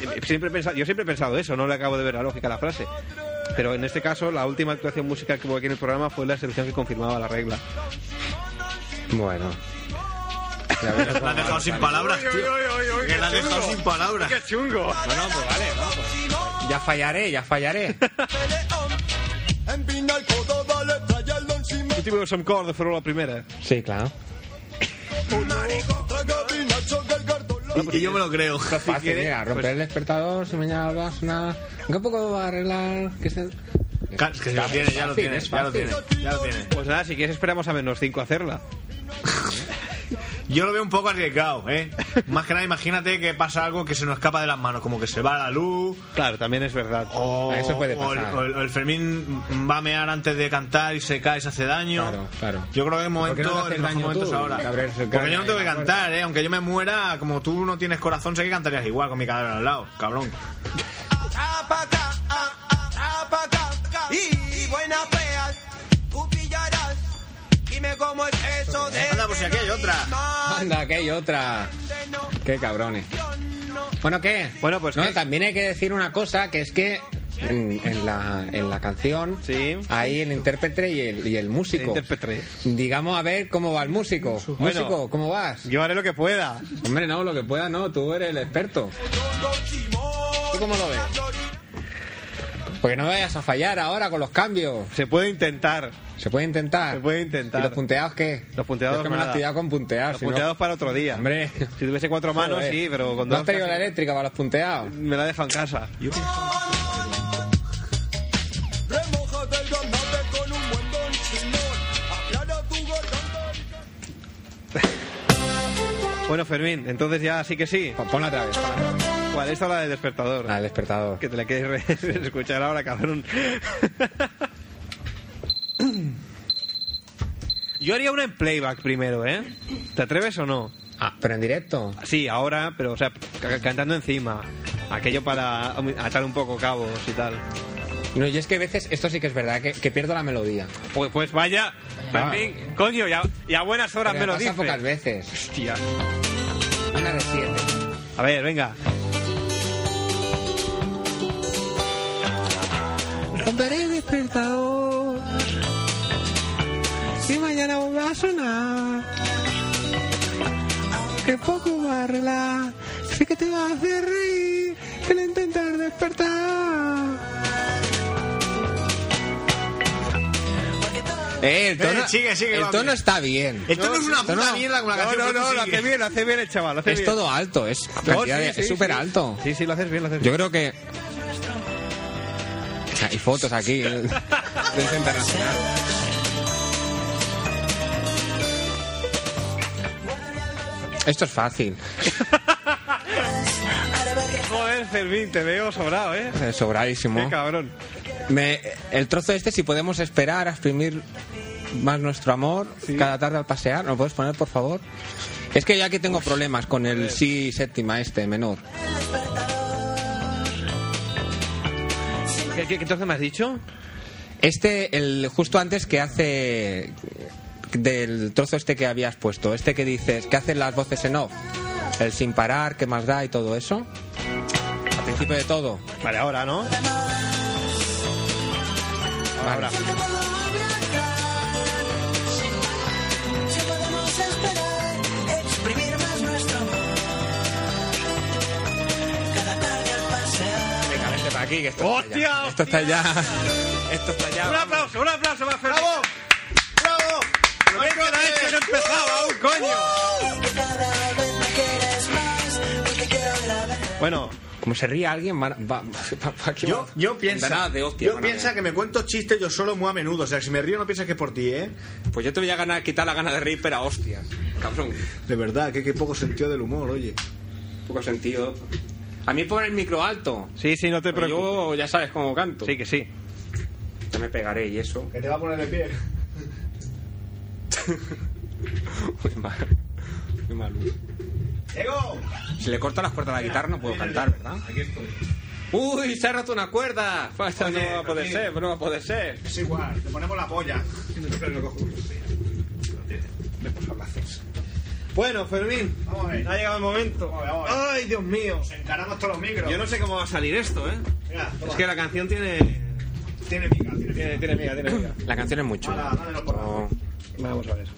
C: Eh, Siempre he pensado- yo siempre he pensado eso, no le acabo de ver la lógica a la frase. Pero en este caso, la última actuación musical que hubo aquí en el programa fue la excepción que confirmaba la regla.
D: Bueno. Ya verás
E: La
D: cómo
E: has dejado
D: vamos,
E: sin
D: vale.
E: palabras, tío. Que la has dejado sin palabras.
C: chungo!
D: Bueno, pues vale, vamos.
J: Simón,
D: Ya fallaré, ya fallaré.
J: peleón. Empina el codo, dale, trae al don Simón.
C: Último Some Corda fueron la primera.
D: Sí, claro.
J: Traga vinacho que el cartón lo
E: Y, y yo me lo creo. ¿eh?
D: Fácil, ¿eh?
C: quieres,
D: mira, romper
C: pues-
D: el despertador, si mañana va a sonar. ¿Qué poco va a arreglar? Que se...
E: Claro, Es que ya lo tiene, ya lo
D: Fácil,
E: tiene,
D: es
E: ya lo
D: fácil.
E: tiene, ya lo tiene.
C: Pues nada, si quieres esperamos a menos 5 hacerla.
E: Yo lo veo un poco arriesgado, ¿eh? Más que nada, imagínate que pasa algo que se nos escapa de las manos, como que se va la luz,
C: Claro, también es verdad.
E: o,
D: Eso puede
E: o el-
D: pasar.
E: o el, o el Fermín va a mear antes de cantar y se cae y se hace daño.
D: Claro, claro.
E: Yo creo que
D: qué no te
E: el momento,
D: haces
E: el mejor
D: daño
E: momento
D: tú,
E: es ahora.
D: cabrón?
E: Porque yo no tengo que
D: Ahora.
E: cantar, ¿eh? Aunque yo me muera, como tú no tienes corazón, sé que cantarías igual con mi cadáver al lado, cabrón.
J: Apaga, ah, ah, apaga, ah. y, y buenas feas, tú pillarás. Dime cómo es eso de.
E: Anda, por si aquí hay otra.
D: Anda, que hay otra. Qué cabrones. Bueno, ¿qué?
C: Bueno, pues,
D: No,
C: ¿qué?
D: también hay que decir una cosa, que es que en, en la, en la canción
C: Sí.
D: hay el intérprete y el, y el músico.
C: El intérprete.
D: Digamos, a ver cómo va el músico.
C: Bueno.
D: músico, ¿cómo vas?
C: Yo haré lo que pueda.
D: Hombre, no, lo que pueda, no, tú eres el experto. ¿Tú cómo lo ves? Porque no vayas a fallar ahora con los cambios.
C: Se puede intentar.
D: Se puede intentar.
C: Se puede intentar.
D: ¿Y los punteados qué?
C: Los punteados
D: Es que me lo has
C: nada.
D: tirado con punteados.
C: Los
D: si no-
C: punteados para otro día.
D: Hombre.
C: Si tuviese cuatro manos,
D: Joder.
C: sí, pero con
D: ¿No
C: dos.
D: has pedido la
C: casi
D: eléctrica para los punteados?
C: Me la dejo en casa.
J: Remójate el ganate con un buen don Simón. Aclara tu garganta.
C: Bueno, Fermín, entonces ya sí que sí.
D: Pon- Ponla otra vez.
C: ¿Cuál es la del despertador?
D: Al Ah, despertador.
C: Que te la quieres re- escuchar ahora, cabrón. Yo haría una en playback primero, ¿eh? ¿Te atreves o no?
D: Ah, pero en directo.
C: Sí, ahora, pero o sea, ca- cantando encima. Aquello para atar un poco cabos y tal.
D: No, yo es que a veces, esto sí que es verdad, que, que pierdo la melodía.
C: Pues, pues vaya,
D: Ah.
C: Fermín, coño, ya, ya a buenas horas
D: Pero
C: me lo
D: pasa
C: dices.
D: pocas veces.
C: Hostia.
D: Una de siete.
C: A ver, venga.
D: Romperé el despertador. Si mañana va a sonar. Que poco va a arreglar. Sé que te vas a hacer reír. Que lo intentar despertar. Eh, el tono,
E: Eh, sigue, sigue,
D: el
E: va,
D: tono
E: mira.
D: está bien.
E: Esto no es una
D: Esto
E: puta
D: no.
E: mierda con la
C: No,
E: canción.
C: no,
E: que tú
C: no, lo
E: sigues.
C: hace bien, lo hace bien el chaval. Lo hace
D: Es
C: bien.
D: todo alto, es
C: No,
D: cantidad
C: sí,
D: de-
C: sí,
D: es
C: sí,
D: súper
C: sí.
D: alto.
C: Sí, sí, lo haces bien, lo haces
D: Yo
C: bien.
D: creo que. Hay fotos aquí. eh, de ese internacional. Esto es fácil,
C: Joder, Fermín, te veo sobrado, ¿eh?
D: eh,
C: Qué
D: sobradísimo.
C: cabrón.
D: Me- el trozo este, si podemos esperar a exprimir más nuestro amor cada tarde al pasear, ¿nos puedes poner, por favor? Es que ya que tengo problemas con el sí séptima este menor.
C: ¿Qué, qué, qué trozo me has dicho?
D: Este, el justo antes que hace del trozo este que habías puesto, este que dices, que hacen las voces en off, el sin parar, que más da y todo eso. Al principio de todo.
C: Vale, ahora, ¿no? Ahora.
I: Si podemos esperar, exprimir más nuestro amor. Cada tarde al pasear.
D: Venga, vente para aquí, que esto
C: ¡Hostia!
D: Esto está ya. Esto está ya.
C: ¡Un aplauso, un aplauso más Fermín!
E: ¡Bravo! ¡Bravo!
C: ¡Lo bien que lo ha hecho y no empezaba aún, coño!
I: Que cada vez me quieres más, porque quiero la verdad.
C: Bueno,
D: Como se ríe alguien, va, va, va- va- aquí
E: Yo,
D: va.
E: yo piensa,
D: Nada de hostia,
E: yo
D: van a
E: piensa
D: ver.
E: que me cuento chistes yo solo muy a menudo. O sea, si me río no piensas que es por ti, ¿eh?
D: Pues yo te voy a ganar, quitar la gana de reír, pero a hostias. Cabrón.
E: De verdad, que, que poco sentido del humor, oye.
D: Poco sentido. A mí pon el micro alto.
C: sí, sí, no te
D: Pero
C: preocupes.
D: yo ya sabes cómo canto.
C: Sí, que sí.
D: Ya me pegaré y eso.
E: Que te va a poner de pie.
D: Muy mal. Muy mal.
E: ¡Ego!
D: Si le corto las cuerdas a la guitarra no puedo cantar, ¿verdad? ¡Uy! Se ha roto una cuerda. Esto no va a poder ser, no va a poder ser.
E: Es igual, te ponemos la polla.
C: Bueno, Fermín,
E: Vamos a ver.
C: ha llegado el momento.
E: Vamos a ver, vamos a
C: ¡Ay, Dios mío!
E: Nos encaramos todos los micros.
C: Yo no sé cómo va a salir esto, ¿eh?
E: Mira, toma.
C: Es que Eh. la canción tiene...
E: Tiene mica, tiene mica.
C: Tiene, tiene miga, tiene miga.
D: La canción es muy chula.
E: Hala, dámelo por abajo.
D: No,
C: Vamos a ver.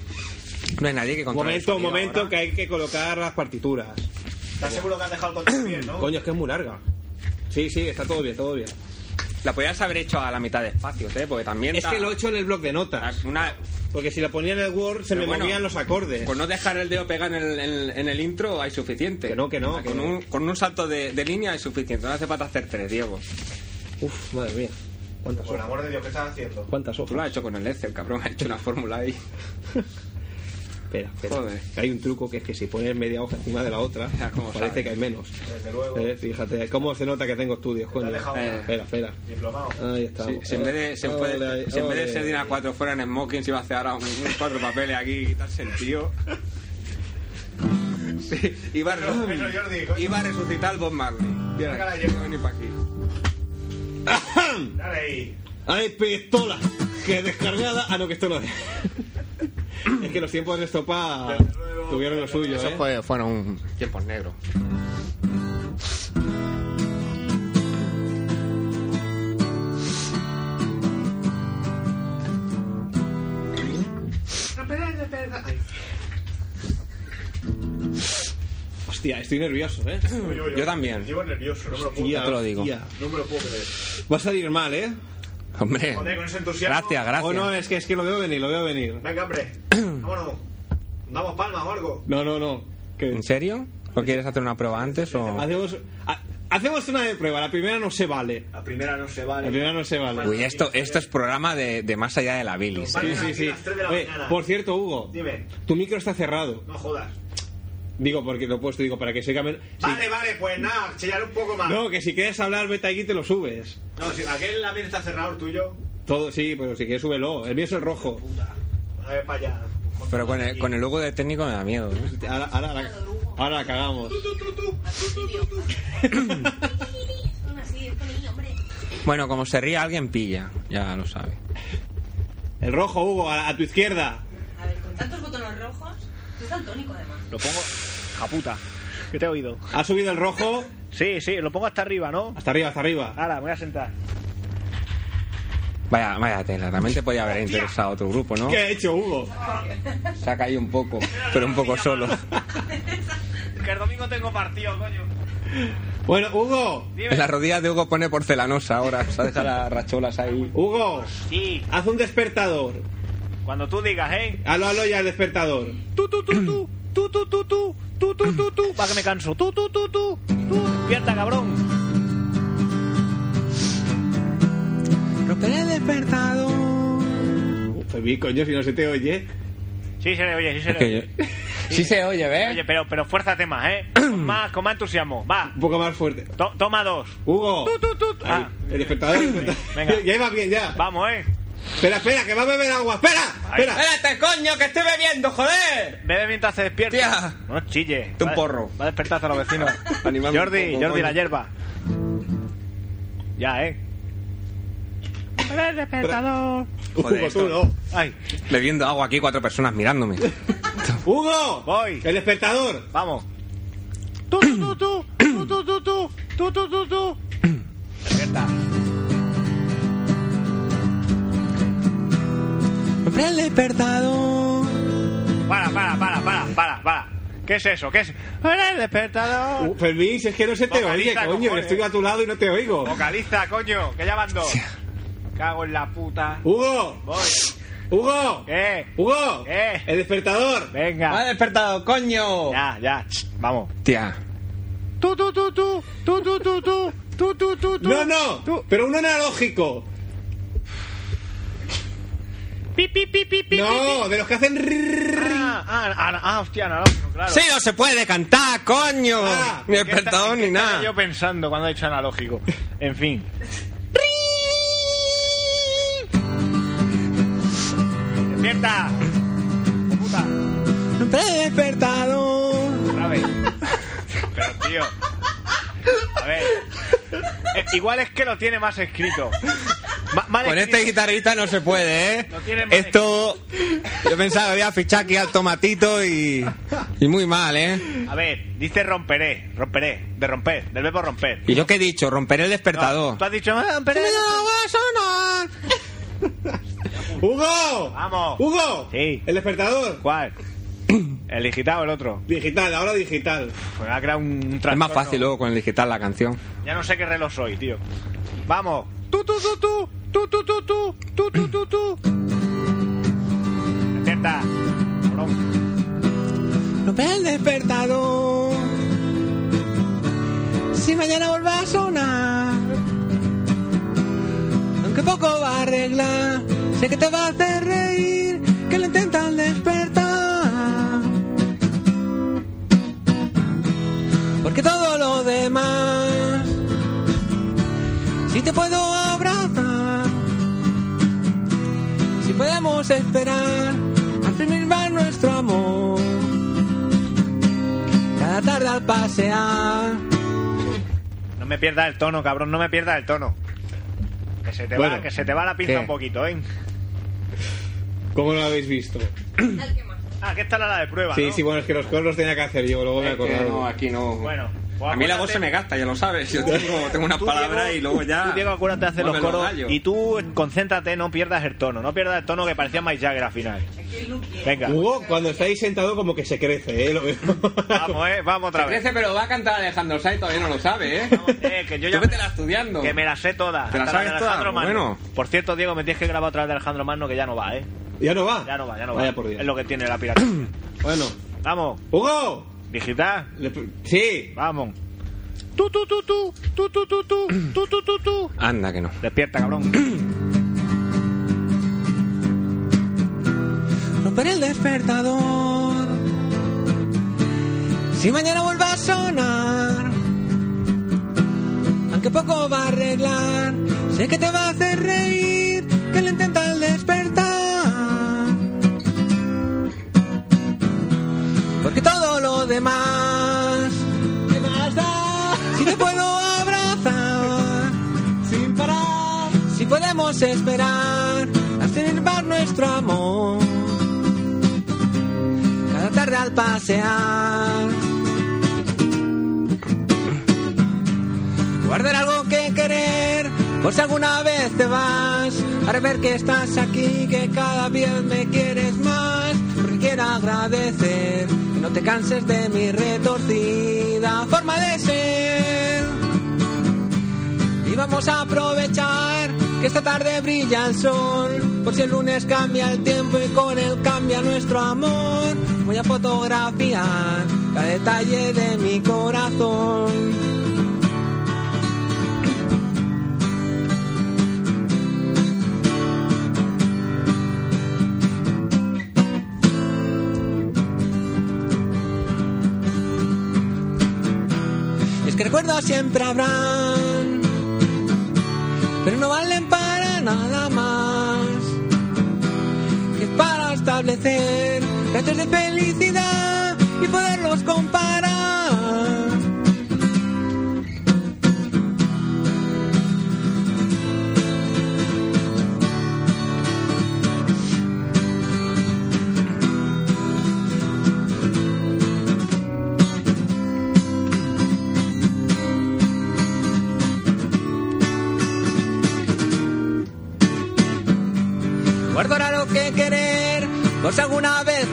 D: no hay nadie que
C: Un
D: controle.
C: momento,
D: el
C: un
D: sonido
C: momento,
D: ahora.
C: que hay que colocar las partituras.
E: ¿Estás seguro que has dejado el control bien, no?
C: Coño, es que es muy larga. Sí, sí, está todo bien, todo bien.
D: La podías haber hecho a la mitad de espacio, ¿eh? Porque también.
C: Es
D: da-
C: que lo he hecho en el bloc de notas.
D: Una...
C: Porque si la ponía en el Word se
D: Pero
C: me
D: bueno,
C: movían los acordes.
D: Con no dejar el dedo pegado en el, en- en el intro hay suficiente.
C: Que no, que no,
D: O sea,
C: que
D: Con,
C: no.
D: un, con un salto de, de línea hay suficiente. No hace falta hacer tres, Diego.
C: Uf, madre mía. ¿Cuántas
E: Por
C: horas?
E: amor de Dios, ¿qué estás haciendo?
C: ¿Cuántas
D: Tú lo
C: hojas?
D: has hecho con el Excel, cabrón. Has hecho una fórmula ahí.
C: Espera, espera.
D: Joder.
C: Que Hay un truco que es que si pones media hoja encima de la otra,
D: Ya, ¿cómo
C: parece
D: sabes?
C: que hay menos.
E: Desde luego.
C: Eh, fíjate, ¿cómo se nota que tengo estudios, coño?
E: has dejado
D: Eh,
C: Espera, espera.
E: Diplomado.
C: Ahí está.
D: Si, si en vez de, si en vez de-
C: Ole,
D: si en vez de ser
C: ole.
D: Dina 4 fuera en Smoking, si va a hacer ahora un, un cuatro papeles aquí y quitarse el tío. Sí, iba a, resu-
E: Eso, Jordi, coño.
D: iba a resucitar al Bob Marley. Mira,
E: Sácala,
D: no voy ni pa' aquí.
E: Dale ahí.
C: ¡Hay pistola! Que descargada. Ah, no, que esto no es. es que los tiempos de estopa tuvieron lo suyo,
D: Eso
C: ¿eh?
D: fue, fueron un tiempos negros.
C: Hostia, estoy nervioso, ¿eh?
E: Uy, uy, uy.
D: Yo también.
E: Llevo nervioso, no me lo puedo
D: Hostia.
E: creer.
D: te lo digo.
C: hostia.
E: No me lo puedo creer.
C: Va a salir mal, ¿eh?
D: Hombre,
E: Joder, con ese entusiasmo.
D: gracias, gracias.
C: O Oh, no, es que, es que lo veo venir, lo veo venir.
E: Venga, hombre. Vámonos. Damos palmas o algo.
C: No, no, no. Que...
D: ¿En serio? ¿O quieres hacer una prueba antes o...?
C: Hacemos, ha- hacemos una de prueba, la primera no se vale.
E: La primera no se
C: La
E: vale.
C: primera no se vale.
D: Uy, esto, esto es programa de, de más allá de la bilis.
C: Sí, sí, sí. Oye, por cierto, Hugo,
E: Dime.
C: tu micro está cerrado.
E: No jodas.
C: Digo, porque lo he puesto, digo, para que se cambie.
E: Vale, vale, pues nada, chillar un poco más.
C: No, que si quieres hablar, vete aquí y te lo subes.
E: No, si aquel también está cerrado, el tuyo.
C: Todo, sí, pero si quieres, súbelo. El mío es el rojo.
E: Puta. A ver, para allá.
D: Pero con el, con el logo de técnico me da miedo. ¿eh?
C: Ahora, ahora, la- ahora la cagamos.
D: Bueno, como se ríe alguien pilla, ya lo sabe.
C: El rojo, Hugo, a, a tu izquierda.
F: A ver, con tantos botones rojos, es tan tónico además.
K: Lo pongo. Japuta. Que te he oído.
C: Ha subido el rojo.
K: Sí, sí, lo pongo hasta arriba, ¿no?
C: Hasta arriba, hasta arriba.
K: Ahora, me voy a sentar.
D: Vaya, vaya tela, también te podía haber interesado otro grupo, ¿no?
C: ¿Qué ha hecho Hugo?
D: Saca ahí un poco, pero un poco solo.
K: Que el domingo tengo partido, coño.
C: Bueno, Hugo,
D: En las rodillas de Hugo pone porcelanosa ahora, se ha dejado las racholas ahí.
C: Hugo,
K: Sí,
C: haz un despertador.
K: cuando tú digas, ¿eh?
C: Halo, halo ya el despertador.
K: Tú, tú, tú, tú. Tú, tú, tú, tú. Tú, tú, tú, tú. Va que me canso. Tú, tú, tú, tú. Tú. Despierta, cabrón.
D: Romperé el despertador.
C: Uh, Fermín, coño, si no se te oye.
K: Sí, se le oye, sí se
D: Es
K: le
D: que
K: oye.
D: yo- Sí se oye,
K: Oye,
D: ¿ves?
K: pero, pero fuérzate más, ¿eh? Con más, con más entusiasmo. Va.
C: Un poco más fuerte.
K: To- toma dos.
C: Hugo.
K: Tú, tú, tú.
C: Ahí,
K: Ah.
C: el despertador. el despertador.
K: Venga.
C: Ya va bien, ya.
K: Vamos, ¿eh?
C: Espera, espera, que va a beber agua. Espera,
K: Ahí.
C: espera.
D: ¡Espérate, coño, que estoy bebiendo, joder!
K: Bebe mientras se despierta.
D: Tía.
K: No chille.
D: Tú un
K: Va-
D: porro.
K: Va a despertarse a los vecinos.
D: Animadme un
K: Jordi,
D: poco,
K: Jordi,
D: coño.
K: la hierba. Ya, ¿eh?
E: Era el despertador.
D: Joder,
C: Hugo, tú
D: esto-
C: no.
E: Ay.
D: Bebiendo agua aquí cuatro personas mirándome.
C: ¡Hugo!
E: Voy.
C: ¡El despertador!
E: Vamos. Tú, tú, tú, tú, tú, tú, tú, tú, tú, tú, tú, tú. Despierta.
D: Siempre el despertador.
E: Para, para, para, para, para, para. ¿Qué es eso? ¿Qué es? Era el despertador.
C: Uh, Fermín, si es que no se te oye,
E: Vocaliza,
C: coño.
E: cojones.
C: Estoy a tu lado y no te oigo.
E: Vocaliza, Uh, coño, que ya van dos. Cago en la puta.
C: ¡Hugo!
E: Voy.
C: ¡Hugo!
E: ¿Qué?
C: ¡Hugo!
E: ¿Qué?
C: ¡El despertador!
E: Venga.
D: despertado, coño!
E: Ya, ya. Ch, Vamos.
D: Tía.
E: Tú, tú, tú, tú. Tú, tú, tú, tú. Tú, tú, tú, tú.
C: ¡No, no!
E: Tú.
C: ¡Pero un analógico!
E: Pi, pi, pi, pi, pi.
C: ¡No! ¡De los que hacen... rrrr.
E: Ah, ah, ah, ah, hostia, analógico, claro.
D: Sí, no se puede cantar, coño.
C: Ah,
D: ni
E: ¿En qué está-
D: despertador
E: en qué
D: ni
E: estaba
D: nada.
E: Yo pensando cuando he dicho analógico. En fin. Despierta. Puta.
D: Siempre el despertador.
E: A ver. Pero tío. A ver. Eh, igual es que lo tiene más escrito. Ma- mal
D: Con
E: escrito.
D: este guitarrista no se puede, ¿eh?
E: No tiene más
D: Esto. Yo pensaba que había fichado aquí al tomatito y. Y muy mal, ¿eh?
E: A ver, dice romperé, romperé, de romper, del verbo romper.
D: ¿Y yo qué he dicho? Romper el
E: No,
D: despertador.
E: tú has dicho "Ah, romperé.
C: ¡Hugo!
E: Vamos.
C: ¡Hugo!
E: Sí.
C: ¡El despertador!
E: ¿Cuál? ¿El digital o el otro?
C: Digital, ahora digital.
E: Pues me va a crear un
D: Es
E: trastorno.
D: más fácil luego con el digital la canción.
E: Ya no sé qué reloj soy, tío. Vamos. Tú, tú, tú, tú. Tú, tú, tú, tú. Tú, tú, tú, tú. Despierta. Cabrón.
D: Romper el despertador. Si mañana vuelve a sonar. Aunque poco va a arreglar. Sé que te va a hacer reír. Que lo intentan despertar. Porque todo lo demás. Si te puedo abrazar. Si podemos esperar. A primir va nuestro amor. Cada tarde al pasear.
E: No me pierdas el tono, cabrón. No me pierdas el tono. Que se te,
C: Bueno.
E: va, que se te va la pinza
D: ¿Qué?
E: un poquito, ¿eh?
C: ¿Cómo lo habéis visto?
E: Ah, que esta era la de prueba,
C: Sí,
E: ¿no?
C: sí, bueno, es que los coros los tenía que hacer yo, luego me he acordado.
D: aquí no.
E: Bueno, pues
D: a mí la voz
E: acuérdate-
D: se me gasta, ya lo sabes. Yo tengo, tengo unas
E: Tú,
D: palabras
E: Diego,
D: y luego ya.
E: Tú, Diego, acuérdate de hacer los
D: Mueve los
E: coros.
D: gallos.
E: y tú eh, concéntrate, no pierdas el tono. No pierdas el tono que parecía Mike Jagger al final. Venga.
C: Hugo, cuando estáis sentado como que se crece, ¿eh? Lo veo.
E: Vamos, eh, vamos otra vez.
D: Crece, pero va a cantar Alejandro Sáenz, todavía no lo sabe, ¿eh?
E: Eh, que yo ya
D: Tú
E: me-
D: vétela estudiando.
E: Que me la sé toda.
D: ¿Te la
E: Hasta de
D: sabes
E: Alejandro
D: toda?
E: Magno.
D: Bueno.
E: Por cierto, Diego, me tienes que grabar otra vez de Alejandro Magno que ya no va, eh.
C: ¿Ya no va?
E: Ya no va, ya no va.
C: Vaya por Dios.
E: Es lo que tiene la pirata.
C: Bueno.
E: Vamos,
C: ¡Hugo!
E: digital,
C: Le- Sí.
E: vamos. Tú, tú, tú, tú, tú, tú, tú, tú, tú, tú, tú, tú.
D: Anda, que no.
E: Despierta, cabrón.
D: Romper el despertador. Si mañana vuelve a sonar. Aunque poco va a arreglar. Sé que te va a hacer reír. Que lo intenta al despertar. Porque todo lo demás. ¿Qué más da? Si te puedo abrazar. Sin parar. Si podemos esperar. Hasta firmar nuestro amor. Cada tarde al pasear. Guardar algo que querer, por si alguna vez te vas. Ahora ver que estás aquí, que cada vez me quieres más. Porque quiero agradecer, que no te canses de mi retorcida forma de ser. Y vamos a aprovechar que esta tarde brilla el sol. Por si el lunes cambia el tiempo y con él cambia nuestro amor. Voy a fotografiar cada detalle de mi corazón. Mis que recuerdos siempre habrán, pero no valen para nada más que para establecer rachas de felicidad y poderlos comparar.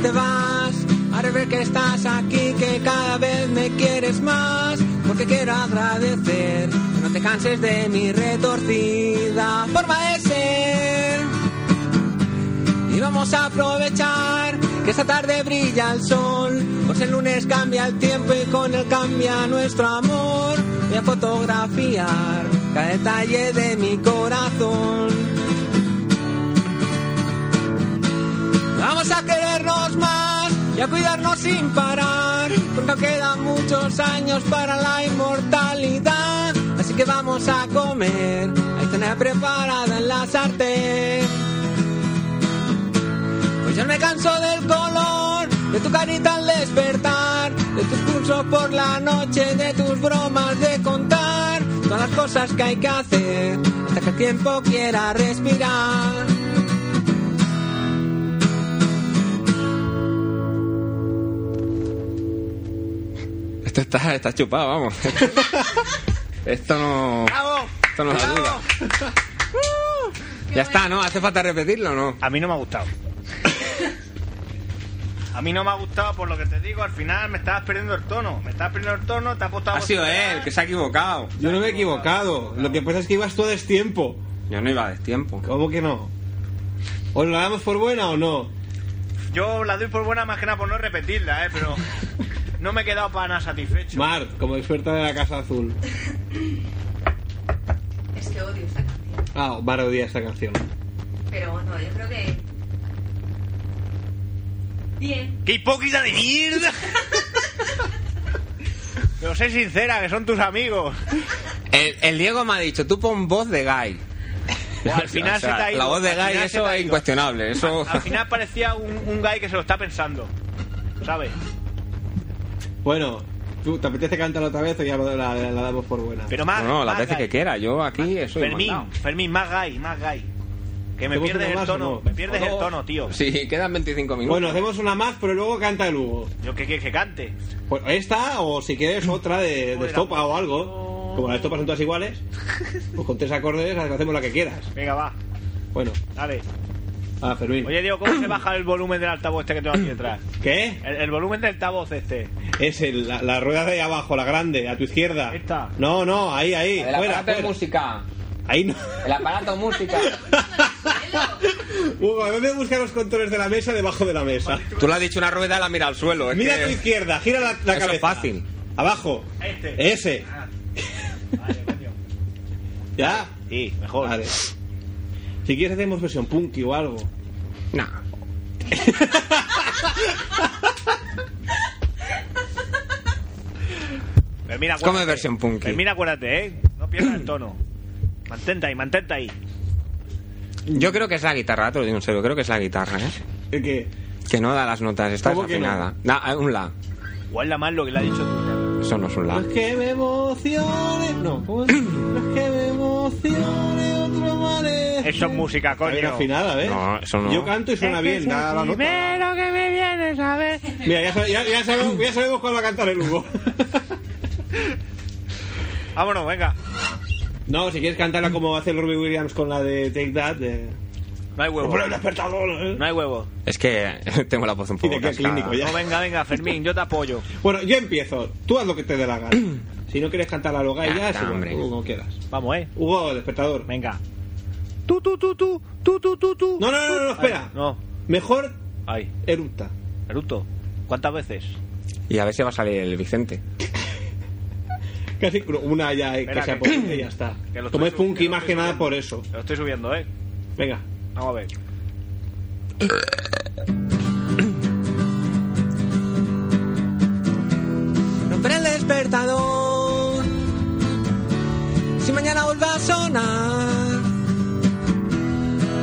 D: te vas. Ahora ver que estás aquí, que cada vez me quieres más. Porque quiero agradecer que no te canses de mi retorcida forma de ser. Y vamos a aprovechar que esta tarde brilla el sol. Pues el lunes cambia el tiempo y con él cambia nuestro amor. Voy a fotografiar cada detalle de mi corazón. Vamos a querernos más y a cuidarnos sin parar, porque aún quedan muchos años para la inmortalidad. Así que vamos a comer, hay cena preparada en la sartén. Pues yo me canso del color de tu carita al despertar, de tus cursos por la noche, de tus bromas de contar, todas las cosas que hay que hacer hasta que el tiempo quiera respirar.
L: Esto Este está, está chupado, vamos. Esto no. Esto no ayuda. Ya está, ¿no? ¿Hace falta repetirlo o no?
E: A mí no me ha gustado. A mí no me ha gustado por lo que te digo, al final me estabas perdiendo el tono. Me estabas perdiendo el tono, te has apostado
L: Ha sido él, que se ha equivocado.
C: Yo no me he equivocado. Lo que pasa es que ibas todo el tiempo.
L: Yo no iba a destiempo.
C: ¿Cómo que no? ¿Os la damos por buena o no?
E: Yo la doy por buena más que nada por no repetirla, eh, pero no me he quedado para nada satisfecho.
C: Mar, como experta de la Casa Azul.
F: Es que odio esta canción.
C: Ah, Mar odia esta canción.
F: Pero no, yo creo que. Bien.
E: ¡Qué hipócrita de mierda! Pero sé sincera, que son tus amigos.
L: El, el Diego me ha dicho, tú pon voz de Guy.
E: O Pues al final
L: O sea,
E: se te ha ido,
L: La voz de
E: al final
L: Guy,
E: se
L: eso
E: te ha
L: es
E: ido.
L: incuestionable. Eso...
E: Al final parecía un, un guy que se lo está pensando. ¿Sabes?
C: Bueno, ¿tú te apetece cantar otra vez o ya la, la- la damos por buena?
E: Pero más.
L: No, no, las
E: más
L: veces
E: guy.
L: que quiera. Yo aquí eso
E: Fermín, Fermín, más guy, más guy. Que me
C: ¿Hacemos una
E: pierdes el
C: más o
E: tono,
C: no?
E: me pierdes
C: ¿O
E: el
C: dos?
E: tono, tío.
L: Sí, quedan 25 minutos.
C: Bueno, hacemos una más, pero luego canta el Hugo.
E: Yo que quieres que cante.
C: Pues esta, o si quieres
E: Mm.
C: otra de, de
E: Joder,
C: estopa o algo.
E: no.
C: Como las estopas son todas iguales, pues con tres acordes hacemos la que quieras.
E: Venga, va,
C: Bueno,
E: dale.
C: a Fermín.
E: Oye, Diego, ¿cómo se baja el volumen del altavoz este que tengo aquí detrás?
C: ¿Qué?
E: El, el volumen del altavoz este.
C: Es el- la, la rueda de ahí abajo, la grande, a tu izquierda.
E: Esta.
C: No, no, ahí, ahí.
L: El
C: fuera,
L: aparato de
C: fuera.
L: música.
C: Ahí no.
L: El aparato de música.
F: Pues ¿eh?
C: Hugo, ¿dónde buscar los controles de la mesa debajo de la mesa?
L: Tú le has dicho una rueda, la mira al suelo. es
C: Mira
L: que-
C: a tu izquierda, gira la, la
L: Eso es
C: cabeza.
L: fácil.
C: Abajo.
E: Este.
C: Ese.
E: Ah. Vale, coño.
C: ¿Ya?
E: Sí, mejor.
C: Vale. Si quieres hacemos versión punky o algo.
L: Nah.
E: Fermín,
L: Es como
E: acuérdate.
L: versión punky.
E: Fermín, acuérdate, ¿eh? No pierdas el tono. Mantente ahí, mantente ahí.
L: Yo creo que es la guitarra, te lo digo en serio. Creo que es la guitarra, ¿eh?
C: ¿El qué?
L: Que no da las notas, está
C: ¿Cómo que
L: desafinada. Na- un la.
E: Guarda más lo que le ha dicho tú.
L: Eso no es un la.
C: No es que me emocione. No, ¿cómo es? No es que me emocione otro amanecer.
E: Eso es música,
C: Está bien
E: coño.
C: afinada, ¿ves?
L: No, eso no.
C: Yo canto y suena bien, da la nota.
L: que me vienes a ver.
C: Mira, ya, sabe- ya- ya sabemos, ya sabemos cuál va a cantar el Hugo.
E: Vámonos, venga.
C: no, si quieres cantarla como hace el Robbie Williams con la de Take That, de...
E: No hay huevo.
C: Hombre, el despertador, ¿eh?
E: No hay huevo.
L: Es que tengo la voz un
C: Y
L: poco
C: de qué
L: cascada.
C: clínico, ya.
E: No, venga, venga, Fermín, yo te apoyo.
C: Bueno, yo empiezo. Tú haz lo que te dé la gana. si no quieres cantar la loga y
L: Ya
C: ya,
L: está,
C: es igual,
L: hombre.
C: tú como quieras.
E: Vamos, ¿eh?
C: Hugo, el despertador.
E: Venga. Tú, tú, tú, tú, tú, tú, tú, tú.
C: No, no, no, no, espera.
E: Ay, no.
C: Mejor
E: Ay,
C: erupta.
E: Naruto, ¿cuántas veces?
L: Y a ver si va a salir el Vicente.
C: Casi una ya eh, que
E: Espera,
C: se
E: que-
C: apunte y ya está.
E: que lo
C: Como
E: estoy
C: es punky,
E: subiendo, que lo
C: más que
E: estoy
C: nada
E: subiendo.
C: por eso.
E: Lo estoy subiendo, ¿eh?
C: Venga.
E: Vamos a ver.
D: romper el despertador. Si mañana vuelve a sonar,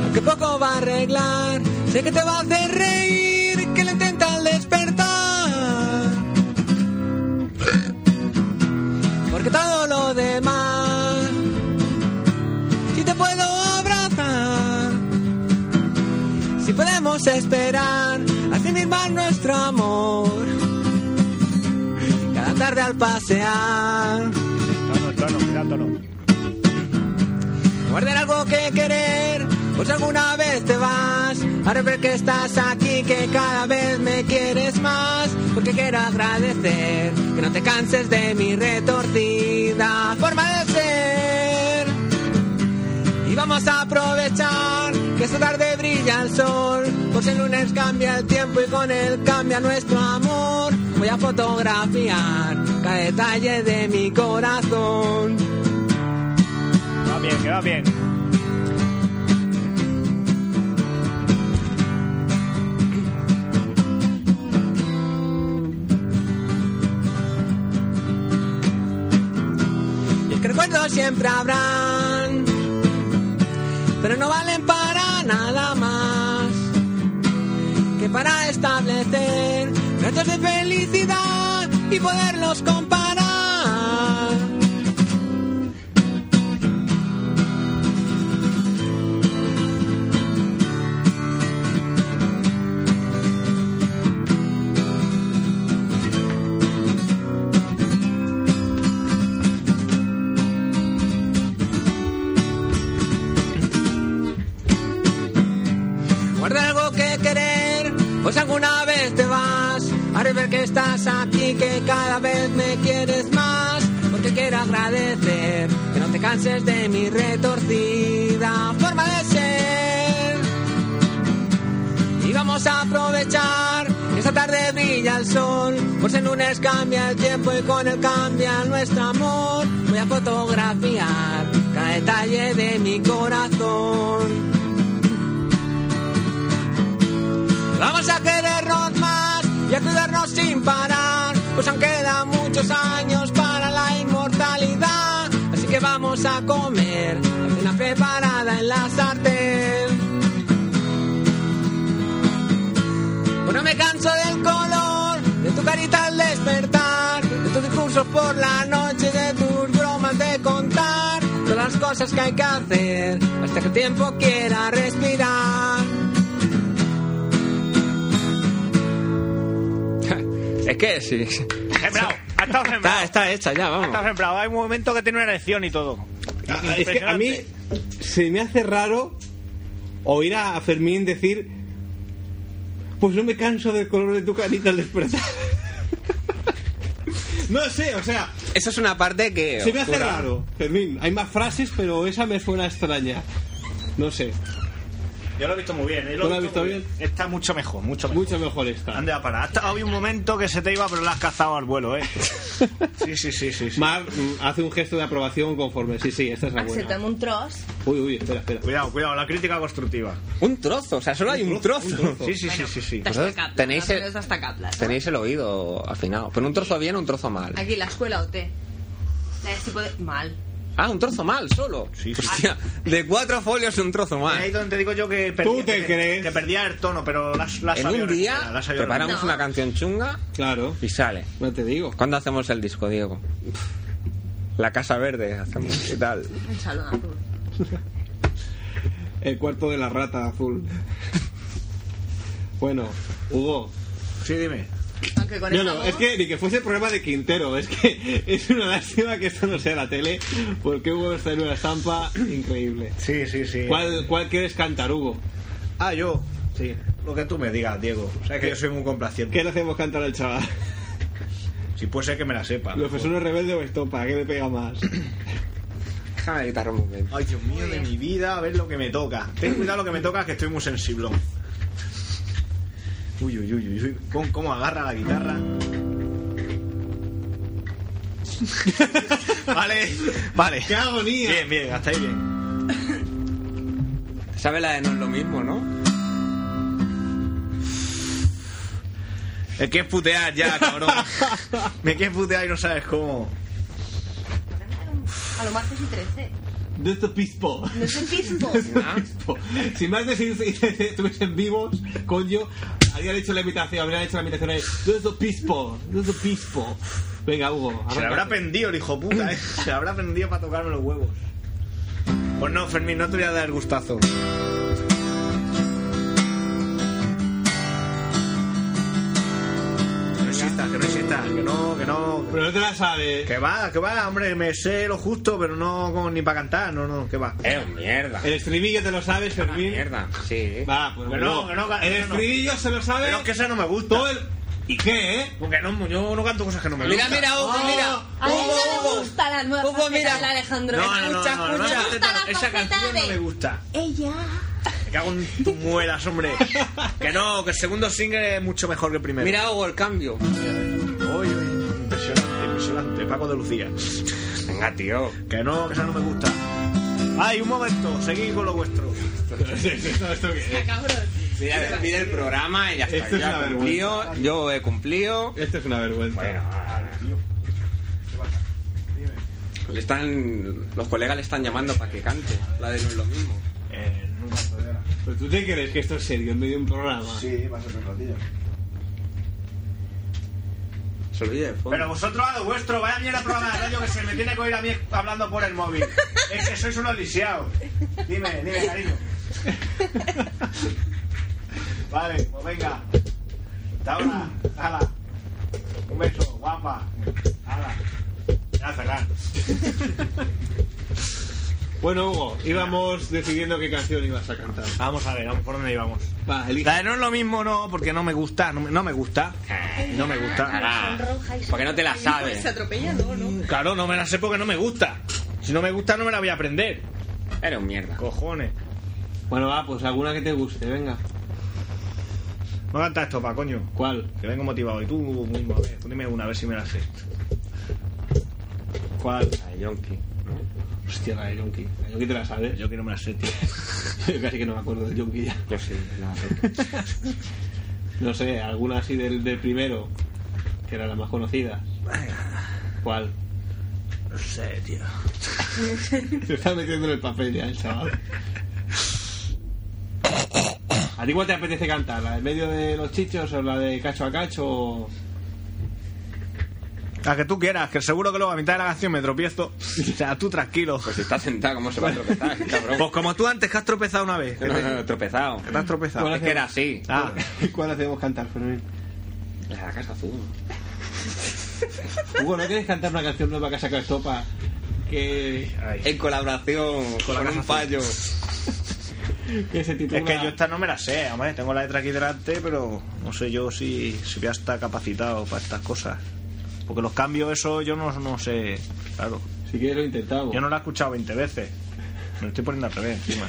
D: aunque poco va a arreglar, sé que te va a hacer reír, que lo intenta al despertar. Porque todo lo demás, si te puedo abrazar, si podemos esperar, así firmar nuestro amor cada tarde al pasear.
E: Tono, tono, cuidado, tono.
D: Guardar algo que querer, Pues alguna vez te vas, ahora ver que estás aquí, que cada vez me quieres más, porque quiero agradecer que no te canses de mi retorcida forma de ser. Y vamos a aprovechar que esta tarde brilla el sol. Pues el lunes cambia el tiempo y con él cambia nuestro amor. Voy a fotografiar cada detalle de mi corazón.
E: Va bien, que va bien.
D: Y es que recuerdos siempre habrán, pero no valen para nada más que para establecer retos de felicidad y poderlos comparar. Guarda algo que querer, pues alguna vez te vas. Haré ver que estás aquí, que cada vez me quieres más. Porque quiero agradecer que no te canses de mi retorcida forma de ser. Y vamos a aprovechar que esta tarde brilla el sol. Por ser lunes cambia el tiempo y con él cambia nuestro amor. Voy a fotografiar cada detalle de mi corazón. Vamos a querernos más y a cuidarnos sin parar, pues aún quedan muchos años para la inmortalidad. Así que vamos a comer la cena preparada en la sartén. Pues no me canso del color de tu carita al despertar, de tus discursos por la noche, de tus bromas de contar, todas las cosas que hay que hacer hasta que el tiempo quiera respirar.
M: Es que sí.
E: Sembrado, ha estado sembrado.
M: Está, está hecha ya,
E: Ha estado
M: vamos.
E: sembrado. Hay un momento que tiene una erección y todo.
C: Ah, Es que a mí se me hace raro oír a Fermín decir, pues no me canso del color de tu carita al despertar. no sé, o sea,
M: Eso es una parte que.
C: se me hace
M: oscura.
C: raro. Fermín, hay más frases, pero esa me suena extraña. No sé.
E: Yo lo he visto muy bien.
C: ¿Tú lo has visto bien?
E: Está mucho mejor, mucho mejor.
C: Mucho mejor esta.
E: Ande a parar. Hasta hoy un momento que se te iba, pero la has cazado al vuelo, ¿eh? Sí, sí, sí, sí. sí.
C: Mar mm, hace un gesto de aprobación conforme. Sí, sí, esta es la buena.
F: un tros.
C: Uy, uy, espera, espera.
E: Cuidado, cuidado, la crítica constructiva.
M: Un trozo, o sea, solo hay un trozo.
E: Sí, sí, sí, sí, sí.
F: Pues
M: Vosotros tenéis el,
F: hasta Kaplan. ¿no?
M: tenéis el oído afinado. Pero un trozo bien, un trozo mal.
F: Aquí la escuela OT. La de tipo de... Mal.
M: Ah, un trozo mal, solo. Hostia, de cuatro folios un trozo mal.
E: Ahí donde digo yo que perdí-
C: ¿Tú te
E: que-
C: crees?
E: que perdía el tono, pero la, la
M: En
E: sabía
M: un día
E: recuperar, la sabía
M: preparamos
E: recuperar.
M: una canción chunga
C: Claro,
M: y sale.
C: no te digo.
M: ¿Cuándo hacemos el disco, Diego? La Casa Verde hacemos y tal.
F: Un salón azul.
C: El cuarto de la rata azul. bueno, Hugo.
E: Sí, dime.
F: Aunque con
C: No,
F: esa
C: no,
F: voz-
C: es que ni que fuese programa de Quintero, es que es una lástima que esto no sea la tele, porque Hugo está en una estampa increíble.
E: Sí, sí, sí.
C: ¿Cuál, cuál quieres cantar, Hugo?
E: Ah, yo. Sí. Lo que tú me digas, Diego. O sea, que yo soy muy complaciente.
C: ¿Qué le hacemos cantar al chaval?
E: Si puede ser que me la sepa.
C: ¿Los profesores rebelde o estopa? ¿Qué le pega más?
M: Déjame la guitarra un momento.
E: Ay, Dios mío de mi vida, a ver lo que me toca. Ten cuidado lo que me toca, que estoy muy sensible. Uy, uy, uy, uy, uy. ¿Cómo, cómo agarra la guitarra? vale, vale.
C: ¡Qué agonía!
E: Bien, bien, hasta ahí bien.
M: ¿Sabe la de no es lo mismo, no?
E: El que es putear ya, cabrón. Me quieres putear y no sabes cómo.
F: A lo martes y 13.
C: De estos pispo.
F: No es un pismo.
C: Pispo. Si más de si estuviesen vivos, coño, habrían hecho la invitación, habrían hecho la invitación ahí. De estos pispo, de estos pispo. Venga, Hugo,
E: Se la
C: arráncate.
E: habrá pendido el hijo puta, eh. Se la habrá pendido para tocarme los huevos. Pues no, Fermín, no te voy a dar gustazo. No exista. insistas, que no insistas, que no, que no.
N: Pero no te la sabes.
E: Que va, que va, hombre, me sé lo justo, pero no como ni para cantar, no, no, que va. Ah,
D: Es Eh, mierda.
N: El estribillo te lo sabes, Fermín.
D: Mierda, sí.
N: Va, pues
E: Que no,
N: no.
E: que no, que
N: El
E: no.
N: estribillo se lo sabe.
E: Pero es que ese no me gusta.
N: Todo el... ¿Y qué, eh?
E: Porque no, yo no canto cosas que no me
O: Mira,
E: gustan.
O: mira,
C: Ah,
O: Hugo, mira.
F: A él no le
O: Hugo, Hugo.
F: gusta la nueva
O: Hugo,
F: faceta
O: mira.
F: del Alejandro.
E: No, no, no,
O: Escucha,
E: no, no,
O: escucha.
E: esa faceta no,
F: La
E: esa
F: faceta
E: canción no
F: de-
E: me gusta.
G: Ella.
E: Me cago en tus muelas, hombre. Que no, que el segundo single es mucho mejor que el primero.
O: Mira, Hugo, el cambio.
E: Uy, uy, impresionante, impresionante. Paco de Lucía.
D: Venga, tío.
E: Que no, que esa no me gusta. Ay, un momento, seguid con lo vuestro.
N: ¿Esto, esto qué es?
D: Mira, pide el programa y ya está.
N: Esto es
D: yo
N: una
D: he cumplido, yo he cumplido.
N: Esto es una vergüenza.
D: Bueno, le están, los colegas le están llamando para que cante. La de no es lo mismo.
E: Eh, nunca podrá.
N: ¿Pero tú te crees que esto es serio en medio de un programa?
E: Sí, va a ser un ratillo.
D: Se olvide. de fondo.
E: Pero vosotros a lo vuestro, vaya mierda programa de radio que se me tiene que oír a mí hablando por el móvil. Es que sois unos lisiados. Dime, dime, cariño. Vale, pues venga. Hasta ahora. Hala. Un beso, guapa. Hala. Ya cerrar.
N: Bueno, Hugo, íbamos decidiendo qué canción ibas a cantar.
E: Vamos a ver, vamos por dónde íbamos.
N: Va, elige.
E: La de no es lo mismo, no, porque no me gusta, no me, no me gusta.
D: Eh,
E: No me gusta.
D: Porque no te la sabes.
F: Se atropella, no, no.
E: Claro, no me la sé porque no me gusta. Si no me gusta, no me la voy a aprender.
D: Era un mierda.
E: Cojones.
N: Bueno, va, pues alguna que te guste, venga.
E: No canta esto, pa, coño.
N: ¿Cuál?
E: Que vengo motivado. Y tú mismo, a ver, poneme una, a ver si me la sé.
N: ¿Cuál?
D: La de Yonki.
N: Hostia, la de Yonki. La de Yonki te la sabes.
E: Yo que no me la sé, tío.
N: Yo casi que no me acuerdo de Yonki ya.
D: Yo sí, la de
N: No sé, alguna así del, del primero, que era la más conocida. ¿Cuál?
E: No sé, tío.
N: Se está metiendo en el papel ya el chaval. ¿A ti cuál te apetece cantar? ¿La de medio de los chichos o la de cacho a cacho? o-
E: La que tú quieras, que seguro que luego a mitad de la canción me tropiezo. O sea, tú tranquilo.
D: Pues si está sentado, ¿cómo se va a tropezar?
E: Pues
D: Cabrón.
E: como tú antes que has tropezado una vez. Que
D: No,
E: te,
D: no, no, tropezado.
E: que te has tropezado.
D: Es que era así.
E: Ah,
N: ¿Cuál hacemos cantar, Fermín?
D: La de la casa azul.
N: Hugo, ¿no quieres cantar una canción nueva que ha sacado Estopa? Que,
D: En colaboración con, un fallo.
N: que se titula...
E: es que yo esta no me la sé, hombre. Tengo la letra aquí delante, pero no sé yo si, si voy a estar capacitado para estas cosas. Porque los cambios, eso yo no, no sé. Claro.
N: Si quieres lo intentamos.
E: Yo no la he escuchado 20 veces. Me lo estoy poniendo al revés encima.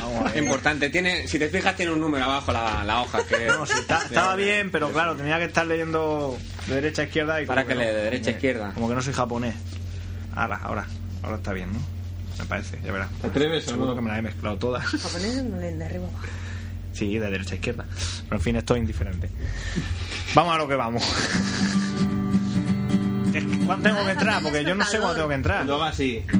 E: Vamos a ver.
D: Importante, tiene, si te fijas tiene un número abajo la, la hoja que
E: No, sí, está- estaba bien, pero claro, tenía que estar leyendo de derecha a izquierda y como
D: Para que le
E: no.
D: de derecha a izquierda.
E: Como que no soy japonés. Ahora, ahora, ahora está bien, ¿no? Me parece, ya verás.
N: ¿Te atreves o
E: Seguro
N: no?
E: que me la he mezclado toda.
F: Japonés no le de arriba abajo.
E: Sí, de derecha a izquierda. Pero en fin, esto es indiferente. Vamos a lo que vamos. Es que, ¿Cuándo tengo que entrar? Porque yo no sé cuándo tengo que entrar.
N: Luego así.
E: Ah,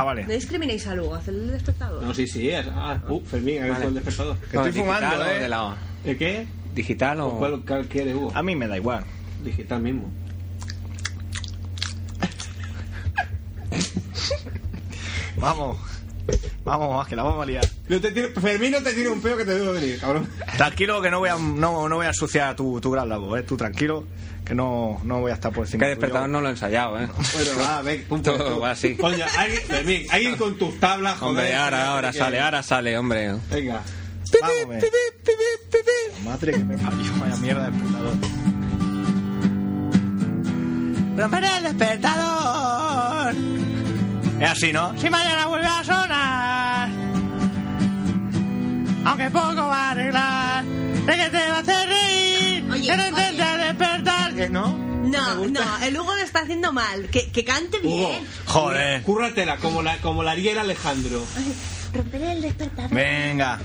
F: No
E: vale.
F: discriminéis a Lugo, hacedle el despertador.
N: No, sí, sí. Es... Ah, uh, Fermín, ha visto el despertador.
E: Que estoy fumando,
D: De
E: ¿eh?
D: la,
N: ¿El qué?
D: ¿Digital o...?
N: ¿Cuál, cuál quieres, Hugo?
D: Ah,
E: A mí me da igual.
N: Digital mismo.
E: Vamos. Vamos, que la vamos a liar.
N: No te tire- Fermín no te tiene un feo que te debe venir, cabrón.
E: Tranquilo, que no voy a, no, no voy a ensuciar tu, tu gran labor, ¿eh? Tú tranquilo, que no, no voy a estar por
D: Que
E: encima
D: el despertador
E: tuyo.
D: no lo he ensayado, ¿eh?
N: Bueno, va, ve, pum,
D: Todo
N: pum, pum.
D: va así.
N: Coño, alguien, Fermín, alguien con tus tablas, joder.
D: Hombre, ahora, ahora
N: Que-
D: sale, ahora sale, hombre.
N: Venga.
E: Vamos, eh. Madre que me parió, vaya mierda de despertador.
O: Romper el despertador.
E: Es así, ¿no?
O: Si mañana vuelve a sonar. Aunque poco va a arreglar. De que te va a hacer reír.
F: Oye,
O: que no
F: oye.
O: intentes despertar.
E: ¿Qué, ¿Eh, ¿No?
F: No, no, el Hugo lo está haciendo mal. Que, que cante bien.
E: Joder.
N: Cúrratela, como la, como la haría el Alejandro.
G: Romper el despertador.
E: Venga.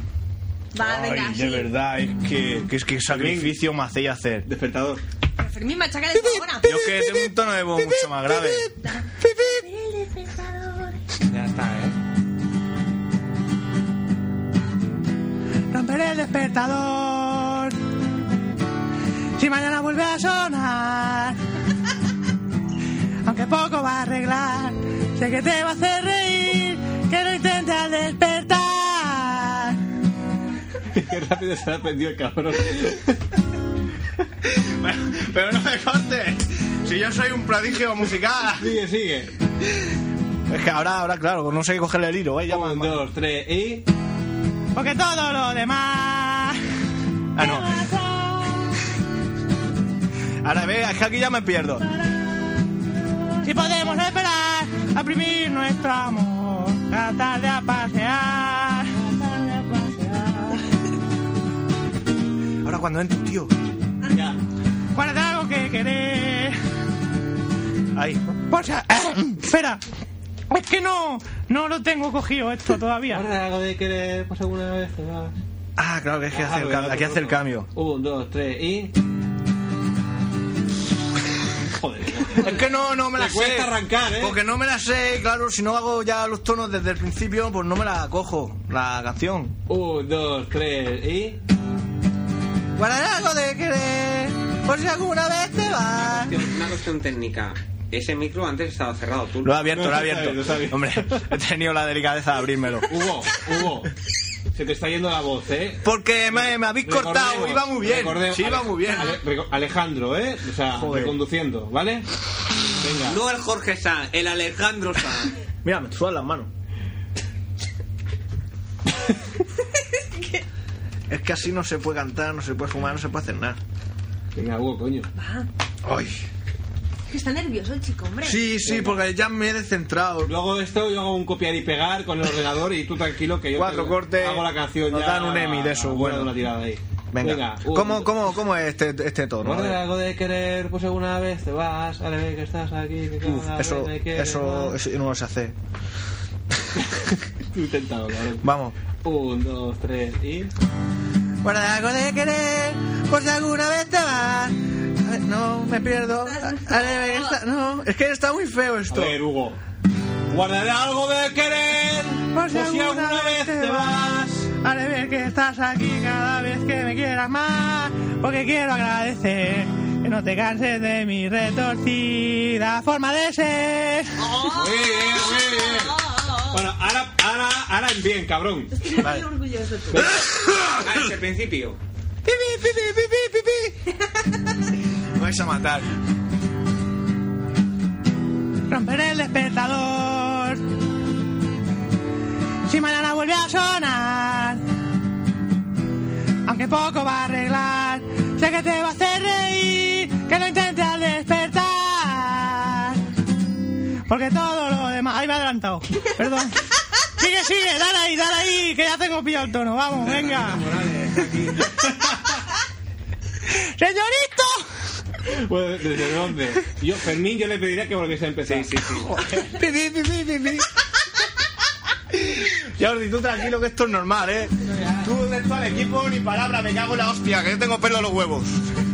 F: Va, Ah, venga,
E: Ay,
F: sí.
E: de verdad, es que, que es que sacrificio me hacéis hacer.
N: Despertador.
F: Pero Fermín, machaca de ahora.
E: Yo es que tengo un tono de voz mucho más grave.
G: Romper el despertador.
D: Ya está, ¿eh?
O: Romper el despertador. Si mañana vuelve a sonar. Aunque poco va a arreglar. Sé que te va a hacer reír. Que no intentes despertar.
N: Qué rápido se ha aprendido el cabrón.
C: Pero no me cortes. Si yo soy un prodigio musical.
J: Sigue, sigue.
C: Es que ahora, ahora, claro, no sé qué cogerle el hilo, eh, vaya.
J: Un, dos, tres y.
E: Porque todo lo demás.
C: Ah, no. Ahora ve, es que aquí ya me pierdo.
E: Si podemos esperar a primir nuestro amor, tratar de a pasear.
C: Ahora cuando entro, tío.
E: Guarda algo que querer.
C: Ahí.
E: Por si a- espera. Es que no, no lo tengo cogido esto todavía.
J: Ahora hago de querer por segunda vez más.
C: Ah, claro que es que hace el cambio. Aquí hace el cambio.
J: Un, dos, tres y. Joder.
C: Es que no, no me la
J: Te cuesta
C: sé.
J: arrancar, ¿eh?
C: Porque no me la sé, y claro, si no hago ya los tonos desde el principio, pues no me la cojo, la canción.
J: Un, dos, tres y.
C: Guardará algo de querer, por si alguna vez te vas.
D: Una cuestión técnica. Ese micro antes estaba cerrado. Tú
C: Lo he abierto,
J: No,
C: lo he
J: está bien,
C: abierto.
J: está bien.
C: Hombre, he tenido la delicadeza de abrírmelo.
J: Hugo, Hugo. Se te está yendo la voz, ¿eh?
C: Porque me, me habéis cortado,
J: Recordemos,
C: iba muy bien.
J: recordemos-
C: Sí, iba
J: Ale-
C: muy bien.
J: Ale- reco- Alejandro, ¿eh? O sea,
C: Joder.
J: reconduciendo, ¿vale? Venga.
D: No el Jorge San, el Alejandro San.
C: Mira, me sudan las manos. es que así no se puede cantar, no se puede fumar, no se puede hacer nada.
J: Venga, Hugo, coño.
F: Va.
C: Ay.
F: Es que está nervioso el chico, hombre.
C: Sí, sí, porque ya me he descentrado.
J: Luego esto, yo hago un copiar y pegar con el ordenador y tú tranquilo que yo
C: Cuatro
J: te-
C: cortes,
J: hago la canción
C: nos
J: ya.
C: dan un Emmy de eso,
J: una-
C: bueno.
J: una tirada ahí.
C: Venga,
J: Hugo,
C: ¿Cómo, cómo, ¿cómo es este, este tono?
J: Guarda algo de querer, pues alguna vez te vas, a ver que estás aquí, que
C: Uf,
J: cada vez
C: eso,
J: me quieres
C: eso,
J: más.
C: eso no lo sé hacer.
J: Tú Intentado, cabrón.
C: Vamos.
J: Un, dos, tres y.
C: Guarda algo de querer, por si alguna vez te vas. No, me pierdo. no, es que está muy feo
J: A
C: esto.
J: ver, Hugo. Guardaré algo de querer, por si alguna vez te vas.
E: Vale, ver que estás aquí cada vez que me quieras más. Porque quiero agradecer que no te canses de mi retorcida forma de ser.
J: Muy bien, muy bien. Bueno, ahora, ahora, ahora en bien, cabrón.
F: Estoy muy
C: Vale.
F: orgulloso de ti.
D: Ah, es el principio.
C: Me vais a matar.
E: Romper el despertador. Si mañana vuelve a sonar, aunque poco va a arreglar, sé que te va a hacer reír, que lo intentes al despertar. Porque todo lo demás. Ahí me he adelantado, perdón. Sigue, sigue, dale ahí, dale ahí, que ya tengo pillado el tono, vamos, venga. ¡Señorito!
J: Bueno, ¿desde dónde? Yo, Fermín, yo le pediría que volviese a empezar. Sí, sí, sí.
C: Ya os tú tranquilo que esto es normal, ¿eh? Tú de esto al equipo ni palabra, me cago en la hostia, que yo tengo pelo en los huevos.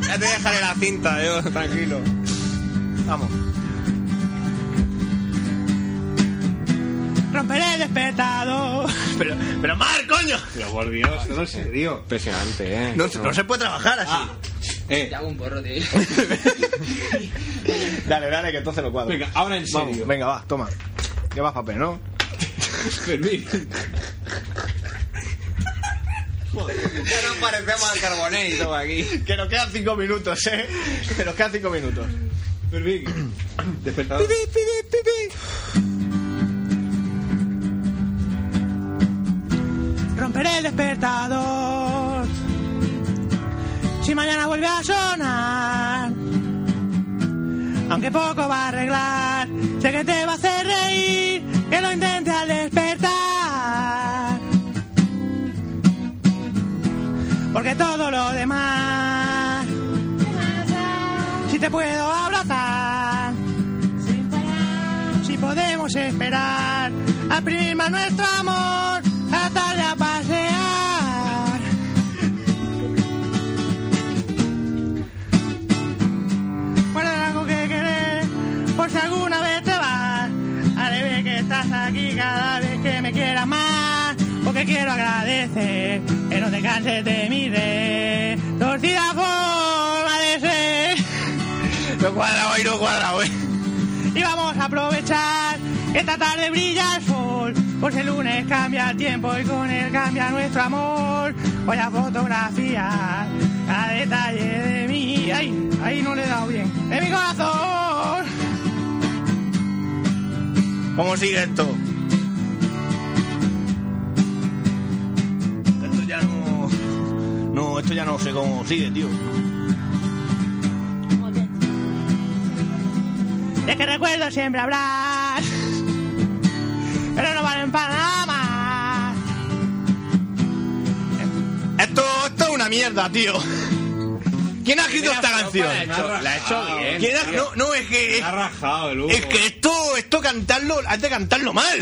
C: Ya te dejaré la cinta, yo, tranquilo. Vamos.
E: Romperé el despertador.
C: Pero, pero Mar, coño.
J: Pero por Dios, no sé, tío.
D: Impresionante, ¿eh?
C: No, se- no se puede trabajar así.
J: Ah, eh.
P: Te hago un porro, tío.
C: Dale, dale, que entonces lo cuadro.
J: Venga, ahora en
C: Vamos,
J: serio.
C: venga, va, toma. Llevas papel, ¿no?
J: Fermín.
D: Ya nos parecemos al Carbonet y todo aquí.
C: Que nos quedan cinco minutos, ¿eh? Que nos quedan cinco minutos.
J: Fermín. Despertador.
E: Romperé el despertador. Si mañana vuelve a sonar. Aunque poco va a arreglar, sé que te va a hacer reír, que lo intentes al despertar. Porque todo lo demás, si te puedo abrazar, si podemos esperar a primir más nuestro amor, hasta la pasear. Guarda algo que querer, por si alguna vez te vas. Haré ver que estás aquí cada vez que me quieras más. Porque quiero agradecer que no te canses de mi red. Torcida forma de ser.
C: Lo cuadra hoy, lo cuadra hoy.
E: Y vamos a aprovechar que esta tarde brilla el sol. Pues el lunes cambia el tiempo y con él cambia nuestro amor. Voy a fotografiar
Q: a detalle de mí. Ay, ahí no le he dado bien. ¡En mi corazón!
E: ¿Cómo sigue esto? Esto ya no. No, esto ya no sé cómo sigue, tío.
Q: De que recuerdo siempre hablar, pero no valen para nada más.
E: Esto, esto es una mierda, tío. ¿Quién ha escrito
K: Mira,
E: esta
K: pero
E: canción? Ah,
K: la ha hecho- la ha hecho bien,
E: ¿Quién ha-
K: tío.
E: no, no, es que. Es,
K: La ha rajado el Hugo.
E: es que esto, esto cantarlo, has de cantarlo mal.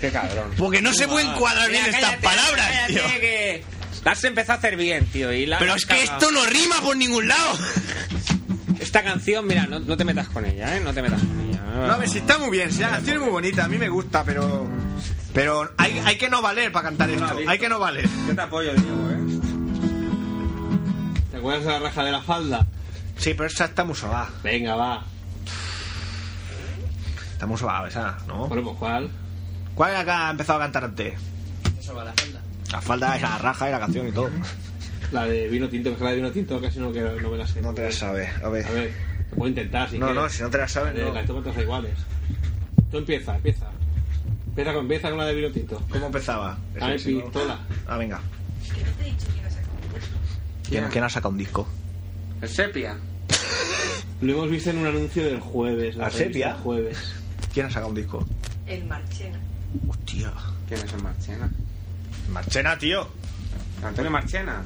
D: Qué cabrón.
E: Porque no se puede encuadrar bien
D: Mira,
E: estas
D: cállate,
E: palabras,
D: cállate,
E: tío.
D: que La has empezado a hacer bien, tío. y la
E: Pero
D: has
E: es que
D: cagado.
E: esto no rima por ningún lado.
D: Esta canción, mira, no, no te metas con ella, ¿eh? No te metas con ella.
E: No, a ver, si está muy bien, si la canción es muy bonita, a mí me gusta, pero. Pero hay, hay que no valer para cantar esto, hay que no valer.
D: Yo te apoyo, Diego, ¿eh?
N: ¿Te acuerdas de la raja de la falda?
E: Sí, pero esa está muy sobada.
N: Venga, va.
E: Está muy sobada esa, ¿no?
N: Bueno, pues ¿cuál?
E: ¿Cuál era la que ha empezado a cantar antes? La falda es la raja y la canción y todo.
N: La de vino tinto, que es la de vino tinto, casi no, que no me la sé.
E: No te la sabes, a
N: A
E: ver.
N: ver, lo puedo intentar si
E: No,
N: quieres.
E: no, si no te la sabes,
N: Vale,
E: no.
N: Las tomas todas iguales. Tú empieza, empieza. Empieza con, empieza con la de vino tinto.
E: ¿Cómo empezaba?
N: A ver,
E: Sí, sí, ¿no?
N: pistola.
E: Ah, venga. ¿Quién, ¿Quién ha sacado un disco?
D: El sepia.
N: Lo hemos visto en un anuncio del jueves. la
E: ¿A
N: revista
E: Sepia?
N: del jueves.
E: ¿Quién ha sacado un disco?
F: El Marchena.
E: Hostia.
D: ¿Quién es el Marchena?
E: Marchena, tío.
D: Antonio Marchena.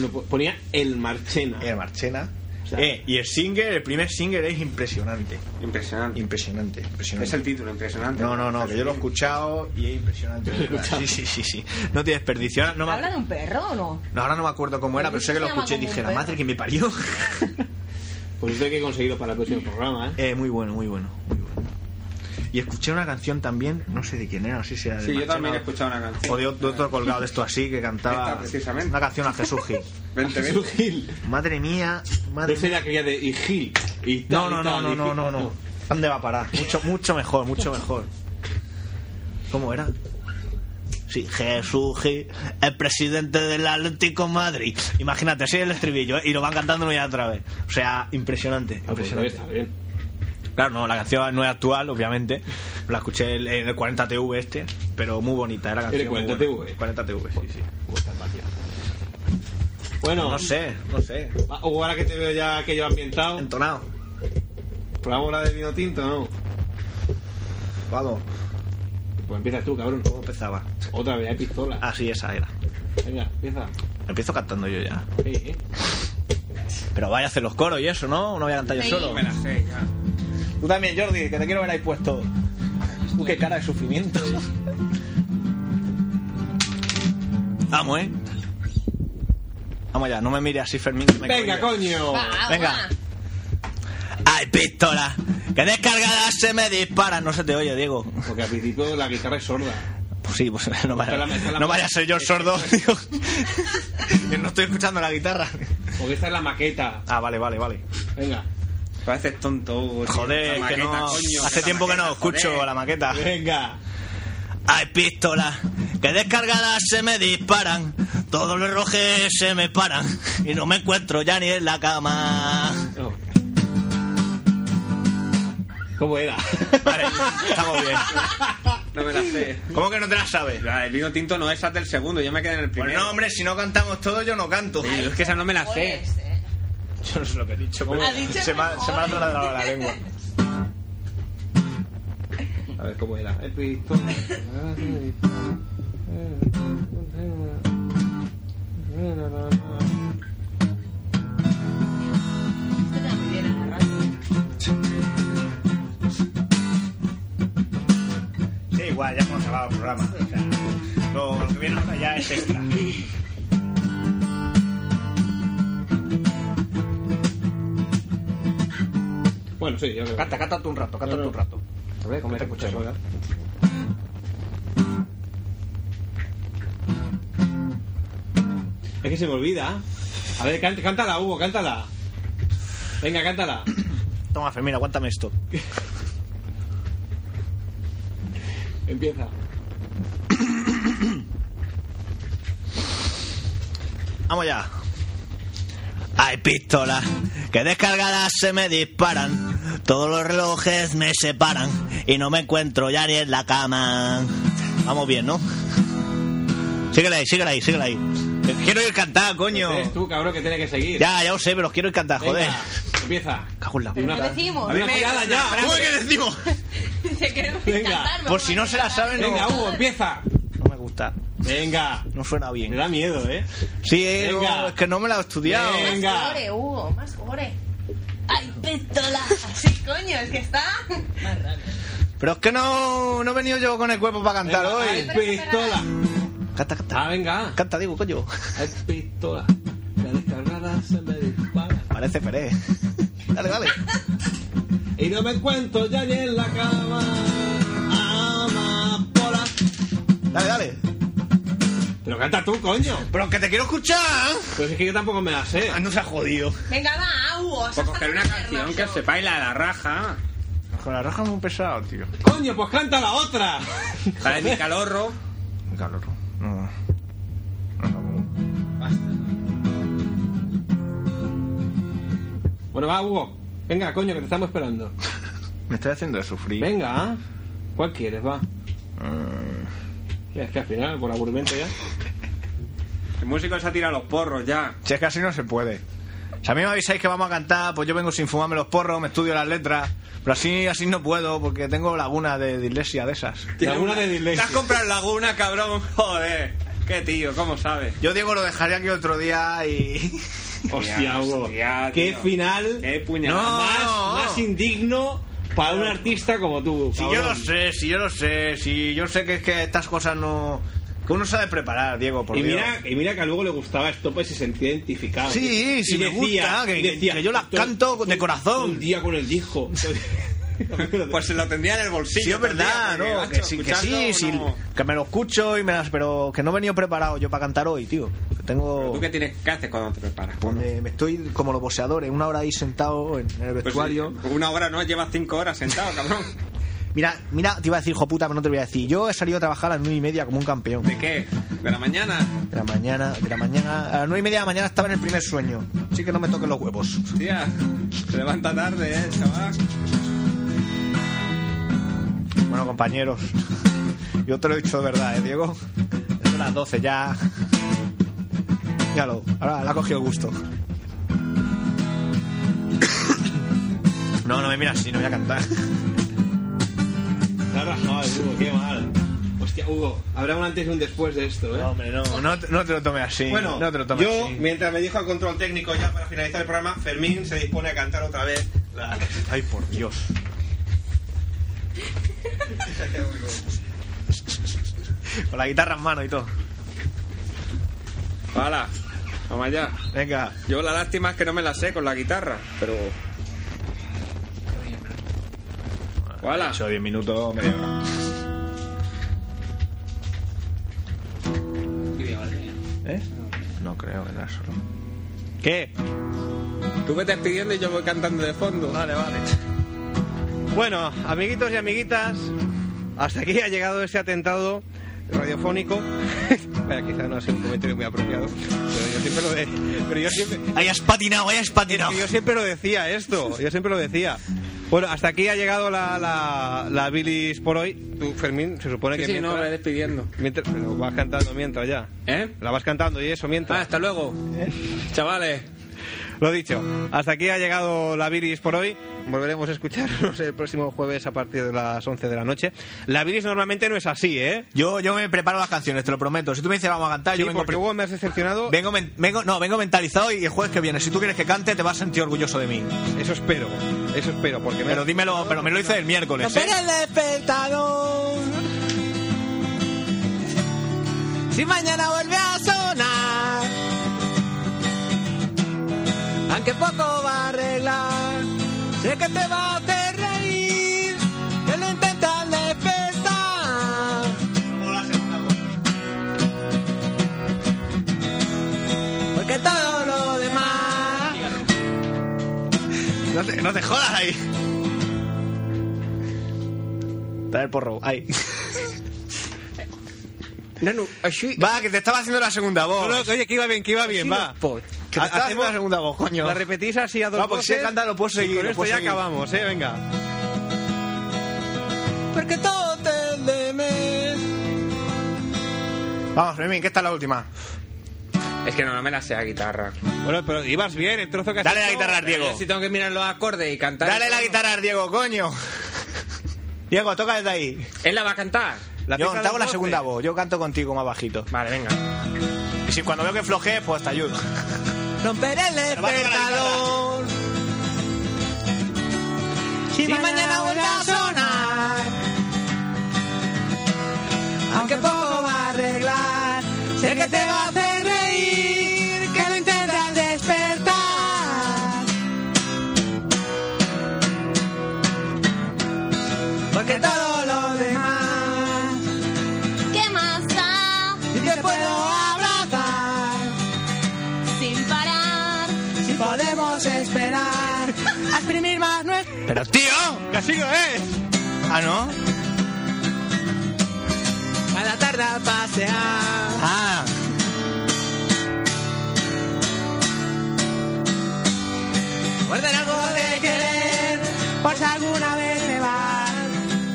N: Lo- lo ponía el
D: Ah.
N: Marchena.
E: El Eh, Marchena.
N: sea-
E: eh, y el single, el primer single es impresionante.
D: Impresionante.
E: Impresionante, impresionante.
D: Es el título, impresionante.
E: No, no, no, que yo lo he escuchado y es impresionante. de verdad. Sí, sí, sí, sí. No tiene desperdicio. Ahora no, me-
F: ¿Habla de un perro o no?
E: no, ahora no me acuerdo cómo era, pero sé que lo
F: Se llama
E: escuché y
F: como un
E: dije, la
F: perro.
E: madre que me parió.
N: Pues esto hay que conseguirlo para el próximo programa, ¿eh?
E: Eh, muy bueno, muy bueno, muy bueno. Y escuché una canción también, no sé de quién era, no sé si era de
D: Sí, yo
E: Marchena
D: también he
E: o-
D: escuchado una canción.
E: O de otro, de otro colgado de esto así que cantaba
D: Esta, precisamente.
E: una canción a Jesús Gil.
D: Vente,
N: Jesús
D: vente.
N: Gil.
E: Madre mía,
N: No
E: madre
N: es
E: mía.
N: la aquella de y Gil. y tal,
E: No, no,
N: y
E: no,
N: tal,
E: no,
N: y
E: no,
N: Gil.
E: no, no. ¿Dónde va a parar? Mucho, mucho mejor, mucho mejor. ¿Cómo era? Sí, Jesús Gil, el presidente del Atlético de Madrid. Imagínate, así es el estribillo, ¿eh? y lo van cantando una y otra vez. O sea, impresionante,
N: Ah, pues debe
E: impresionante.
N: estar bien.
E: Claro, no, la canción no es actual, obviamente. La escuché en el 40TV este, pero muy bonita, era canción.
N: ¿Era
E: muy
N: 40TV?
E: buena. 40TV, sí, sí.
N: Pues está patio. Bueno,
E: No sé, no sé.
N: va- Hugo, ahora que te veo ya que yo ambientado,
E: Entonado.
N: probamos la de vino tinto, ¿no?
E: Vamos,
N: Pues empiezas tú, cabrón.
E: ¿cómo empezaba?
N: Otra vez, hay pistola.
E: Ah, sí, esa era.
N: Venga, empieza.
E: Empiezo cantando yo ya.
N: Sí, ¿eh?
E: Pero vaya a hacer los coros y eso, ¿no? No voy a cantar yo
F: Sí.
E: solo.
D: Me la sé, ya.
E: Tú también, Jordi, que te quiero ver ahí puesto. Uy, qué cara de sufrimiento. Vamos, ¿eh? Vamos ya, no me mires así, Fermín. que me caigo
N: Venga,
E: yo.
N: coño.
F: Va,
E: Venga.
F: va.
E: ¡Ay, pistola! ¡Que descargada se me dispara! No se te oye, Diego.
N: Porque al principio la guitarra es sorda.
E: Pues sí, pues no vaya,
N: Espérame, espérame.
E: no vaya a ser yo el sordo. tío. no estoy escuchando la guitarra.
N: Porque esta es la maqueta.
E: Ah, vale, vale, vale.
N: Venga.
D: Pareces tonto, Hugo. tío.
E: Joder,
D: Esa
E: que
D: maqueta,
E: no.
D: coño,
E: Hace
D: esa
E: tiempo que no
D: maqueta,
E: escucho
D: joder.
E: la maqueta.
N: Venga.
E: Hay pistolas que descargadas se me disparan, todos los rojes se me paran y no me encuentro ya ni en la cama.
N: No. ¿Cómo era?
E: Vale, estamos bien.
D: No me la sé.
E: ¿Cómo que no te la sabes?
D: La del vino tinto no es esa del segundo, yo me quedé en el
E: Pues
D: primero.
E: no, hombre, si no cantamos todos yo no canto.
D: Tío, es que esa no me la sé.
F: Pues, eh.
E: Yo no sé lo que he dicho. pero
F: Ha dicho
E: se, me ha,
F: mejor.
E: se me ha atragantado la lengua.
N: A ver, ¿cómo era? Hay pistola.
F: Este también viene a la radio.
E: Sí, igual, ya hemos acabado el programa. O sea, lo, lo que viene ahora ya es extra.
N: Bueno, sí, ya veo.
E: Canta, canta tú un rato, canta tú un rato. A ver, ¿cómo te escuchamos?
N: Es que se me olvida. A ver, canta- cántala, Hugo, cántala. Venga, cántala.
E: Toma, Fermín, aguántame esto.
N: Empieza.
E: Vamos ya. Hay pistolas que descargadas se me disparan. Todos los relojes me separan y no me encuentro ya ni en la cama. Vamos bien, ¿no? Síguela ahí, síguela ahí, síguela ahí. Quiero ir cantar, coño.
D: Eres Pues tú, cabrón, que tiene que seguir.
E: Ya, ya lo sé, pero quiero ir cantar,
D: Venga,
E: joder.
D: Empieza.
E: Cago en la
D: Una-
E: puta.
F: decimos?
D: A ver, cuidada ya.
E: ¿Cómo que decimos?
F: Se queremos
D: Venga,
F: cantar,
E: Por si no se la saben, no.
D: Venga, Hugo, empieza.
E: No me gusta.
D: Venga.
E: No suena bien.
D: Me da miedo, ¿eh?
E: Sí, eh,
D: Venga.
E: no, es que no me la he estudiado.
D: Venga.
F: Más gore, Hugo, más gore. ¡Ay, pistola! Sí, coño, es que está.
E: Pero es que no, no he venido yo con el cuerpo para cantar
D: Venga,
E: hoy.
D: hay pistola.
E: Canta, canta.
D: Ah, venga.
E: Canta, digo, coño.
D: Hay pistola. Las descargadas se me disparan.
E: Parece Pérez. dale, dale.
D: Y no me encuentro ya ni en la cama. Amapola.
E: Dale, dale.
D: Pero canta tú, coño.
E: Pero que te quiero escuchar.
D: Pues es que yo tampoco me la sé.
E: Ah, no se ha jodido.
F: Venga, va, Hugo.
R: Por Pues coger una canción que se baila a la raja.
E: Con la roja muy pesado, tío.
D: Coño, pues canta la otra.
R: La de mi calorro.
E: Qué calor. No.
D: Bueno, va, Hugo. Venga, coño, que te estamos esperando.
E: Me estoy haciendo de sufrir.
D: Venga, ¿ah? ¿cuál quieres? Va.
R: Ah.
D: Es que al final, por aburrimiento ya.
R: El músico se ha tirado los porros ya.
E: Si es que así no se puede. Si a mí me avisáis que vamos a cantar, pues yo vengo sin fumarme los porros, me estudio las letras. Pero así, así no puedo, porque tengo laguna de iglesia de esas.
D: Laguna de
R: Te
D: dislexia.
R: has comprado en Laguna, cabrón. Joder. Qué tío, ¿cómo sabes?
E: Yo, Diego, lo dejaré aquí otro día y.
D: Hostia, Hugo.
R: hostia,
D: Qué
R: tío.
D: final
R: Qué puñalada.
E: No.
D: más, más indigno para un artista como tú.
E: Si
D: cabrón.
E: yo lo sé, si yo lo sé, si yo sé que es que estas cosas no. que uno sabe preparar, Diego, por
D: Y
E: Dios.
D: mira, y mira que a luego le gustaba esto, pues y se sentía identificado.
E: Sí,
D: Y
E: sí, me gusta, que-
D: y
E: que yo las
D: todo-
E: canto de
D: todo-
E: corazón.
D: todo Un día con el hijo.
R: Pues se lo tendría en el bolsillo.
E: Sí, es verdad,
R: tío, porque,
E: ¿no? Que,
R: macho,
E: sí, que sí,
R: escuchando,
E: sí,
R: no.
E: que me lo escucho y me las. pero que no he venido preparado yo para cantar hoy, tío. Que tengo.
R: ¿Tú qué tienes que hacer cuando te preparas?
E: Pues me, me estoy como los boxeadores, una hora ahí sentado en en el
R: Pues,
E: vestuario.
R: eh, una hora no, llevas cinco horas sentado, cabrón.
E: Mira, mira, te iba a decir, hijo puta, pero no te lo voy a decir. Yo he salido a trabajar a las nueve y media como un campeón.
R: ¿De qué? ¿De la mañana?
E: De la mañana, de la mañana. A las nueve y media de la mañana estaba en el primer sueño. Así que no me toquen los huevos.
R: Tía, se levanta tarde, eh, chaval.
E: Bueno, compañeros, yo te lo he dicho de verdad, ¿eh, Diego? Son las 12 ya. Ya lo, ahora la ha cogido el gusto. No, no me miras así, no voy a cantar.
D: Está rajado, Hugo, qué mal. Hostia, Hugo, habrá un antes y un después de esto, ¿eh?
E: No, hombre, no, no, te- no te lo tomes así.
C: Bueno,
E: no te lo tomes
C: yo,
E: así.
C: mientras me dijo el control técnico ya para finalizar el programa, Fermín se dispone a cantar otra vez la...
E: Ay, por Dios. Con la guitarra en mano y todo.
R: Hala, vamos allá.
E: Venga.
R: Yo la lástima es que no me la sé con la guitarra, pero. Hala,
E: 8 o 10 minutos, media hora. ¿Eh? No creo que era solo. ¿Qué?
R: tú vete despidiendo y yo voy cantando de fondo.
E: Vale, vale.
C: Bueno, amiguitos y amiguitas, hasta aquí ha llegado este atentado radiofónico. Vaya, quizá no ha sido un comentario muy apropiado, pero yo siempre lo de... pero yo siempre-
E: Hayas patinado, hayas patinado.
C: Yo siempre lo decía esto, yo siempre lo decía. Bueno, hasta aquí ha llegado la, la, la bilis por hoy. Tú, Fermín, se supone
R: Sí,
C: que
R: sí, no,
C: mientras,
R: me voy despidiendo.
C: mientras- pero vas cantando mientras ya.
R: ¿Eh?
C: La vas cantando y eso
R: Ah,
C: mientras.
R: hasta luego. Chavales.
C: Lo dicho, hasta aquí ha llegado la Viris por hoy. Volveremos a escucharnos el próximo jueves a partir de las 11 de la noche. La Viris normalmente no es así, ¿eh?
E: Yo, yo me preparo las canciones, te lo prometo. Si tú me dices vamos a cantar,
C: Sí,
E: yo vengo,
C: porque
E: pre-
C: Hugo me has decepcionado.
E: vengo, men- vengo- no, vengo mentalizado y el jueves que viene. Si tú quieres que cante, te vas a sentir orgulloso de mí.
C: Eso espero, eso espero, porque me
E: Pero dímelo, pero me lo dices el miércoles. ¿eh?
S: Espera el despertador. Si mañana vuelve a sonar, aunque poco va a arreglar, sé que te va a hacer reír. Que lo intentan despertar. Porque todo lo demás.
E: No te, no te jodas ahí. Trae el porro, ahí.
R: No, no, así.
E: Va, que te estaba haciendo la segunda voz.
C: No, no, oye, que iba bien, que iba bien, va.
R: Pues
E: Que te estás haciendo la segunda voz, coño.
C: La repetís así a dos
E: No, pues si he
C: voces,
E: cantado, lo puedo
C: y
E: seguir,
C: Con
E: lo
C: esto
E: puedo
C: ya
E: seguir.
C: acabamos, ¿eh? Venga.
O: Perquè tot el de més
E: Vamos, Fermín, que esta es la última.
D: Es que no, no me la sé a guitarra.
C: Bueno, pero ibas bien, el trozo que has
E: Dale la
C: hecho-
E: guitarra al Diego.
D: Si tengo que mirar los acordes y cantar.
E: Dale la guitarra al Diego, coño. Diego, toca desde ahí.
D: Él la va a cantar.
E: yo te
D: pista
E: hago la
D: del
E: segunda
D: doce.
E: voz, yo canto contigo más bajito.
D: Vale, venga.
E: Y si cuando veo que flojees, pues te ayudo.
O: Romperé el
E: va a tocar la
O: despertador
Q: Si
O: Y mañana vuelve a sonar Aunque poco va a arreglar Sé que te va a hacer reír Que lo intentas despertar Porque todo lo demás
G: ¿Qué más da?
O: Y te puedo abrazar
G: Sin parar.
O: Si podemos esperar a exprimir más nuestro.
E: Pero tío, casi no es. Ah, ¿no?
O: A la tarde a pasear.
E: Ah.
O: Guarden algo de querer, por si alguna vez me vas.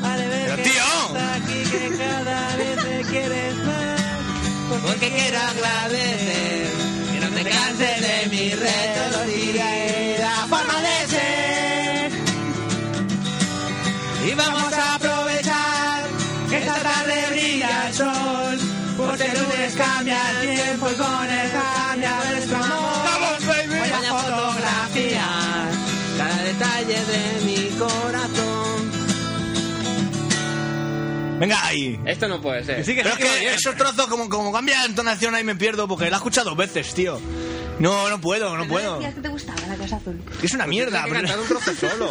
O: Vale, ver
E: Pero,
O: que
E: tío.
O: estás aquí que cada vez me quieres más. Porque, quiero agradecer que no te canses de mi retorcida y la forma de ser. Y vamos a aprovechar que esta tarde brilla el sol. Porque el lunes cambia el tiempo y con él cambia nuestro amor.
E: Vamos, baby.
O: Voy a fotografiar cada detalle de mi corazón.
E: Venga ahí.
D: Esto no puede ser.
E: Pero es que esos trozos, como, como cambia la entonación, ahí me pierdo porque la he escuchado dos veces, tío. No, no puedo, no puedo.
F: Decías que te gustaba la cosa azul.
E: Es una mierda.
D: Tiene que
E: pero-
D: cantar un trozo solo.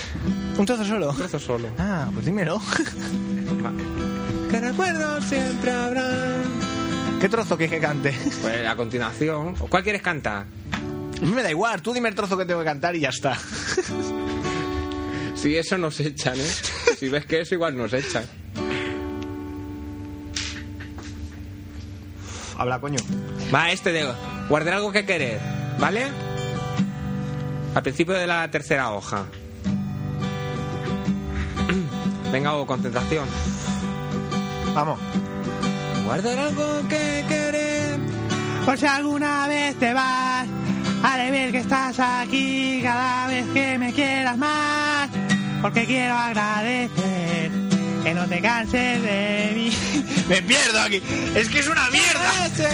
E: ¿Un trozo solo?
D: trozo solo.
E: Ah, pues dímelo.
O: Que recuerdos siempre habrá.
E: ¿Qué trozo quieres que cante?
D: Pues a continuación. ¿Cuál quieres cantar?
E: A mí me da igual, tú dime el trozo que tengo que cantar y ya está.
D: Si eso nos echan, ¿eh? Si ves que eso igual nos echan.
E: Habla, coño.
D: Va, este de guardar algo que querer, ¿vale? Al principio de la tercera hoja. Venga, Hugo, concentración.
E: Vamos.
O: Guardar algo que querer.
Q: Por si alguna vez te vas, haré ver que estás aquí cada vez que me quieras más. Porque quiero agradecer que no te canses de mí.
E: Me pierdo aquí. Es que es una mierda.
O: este.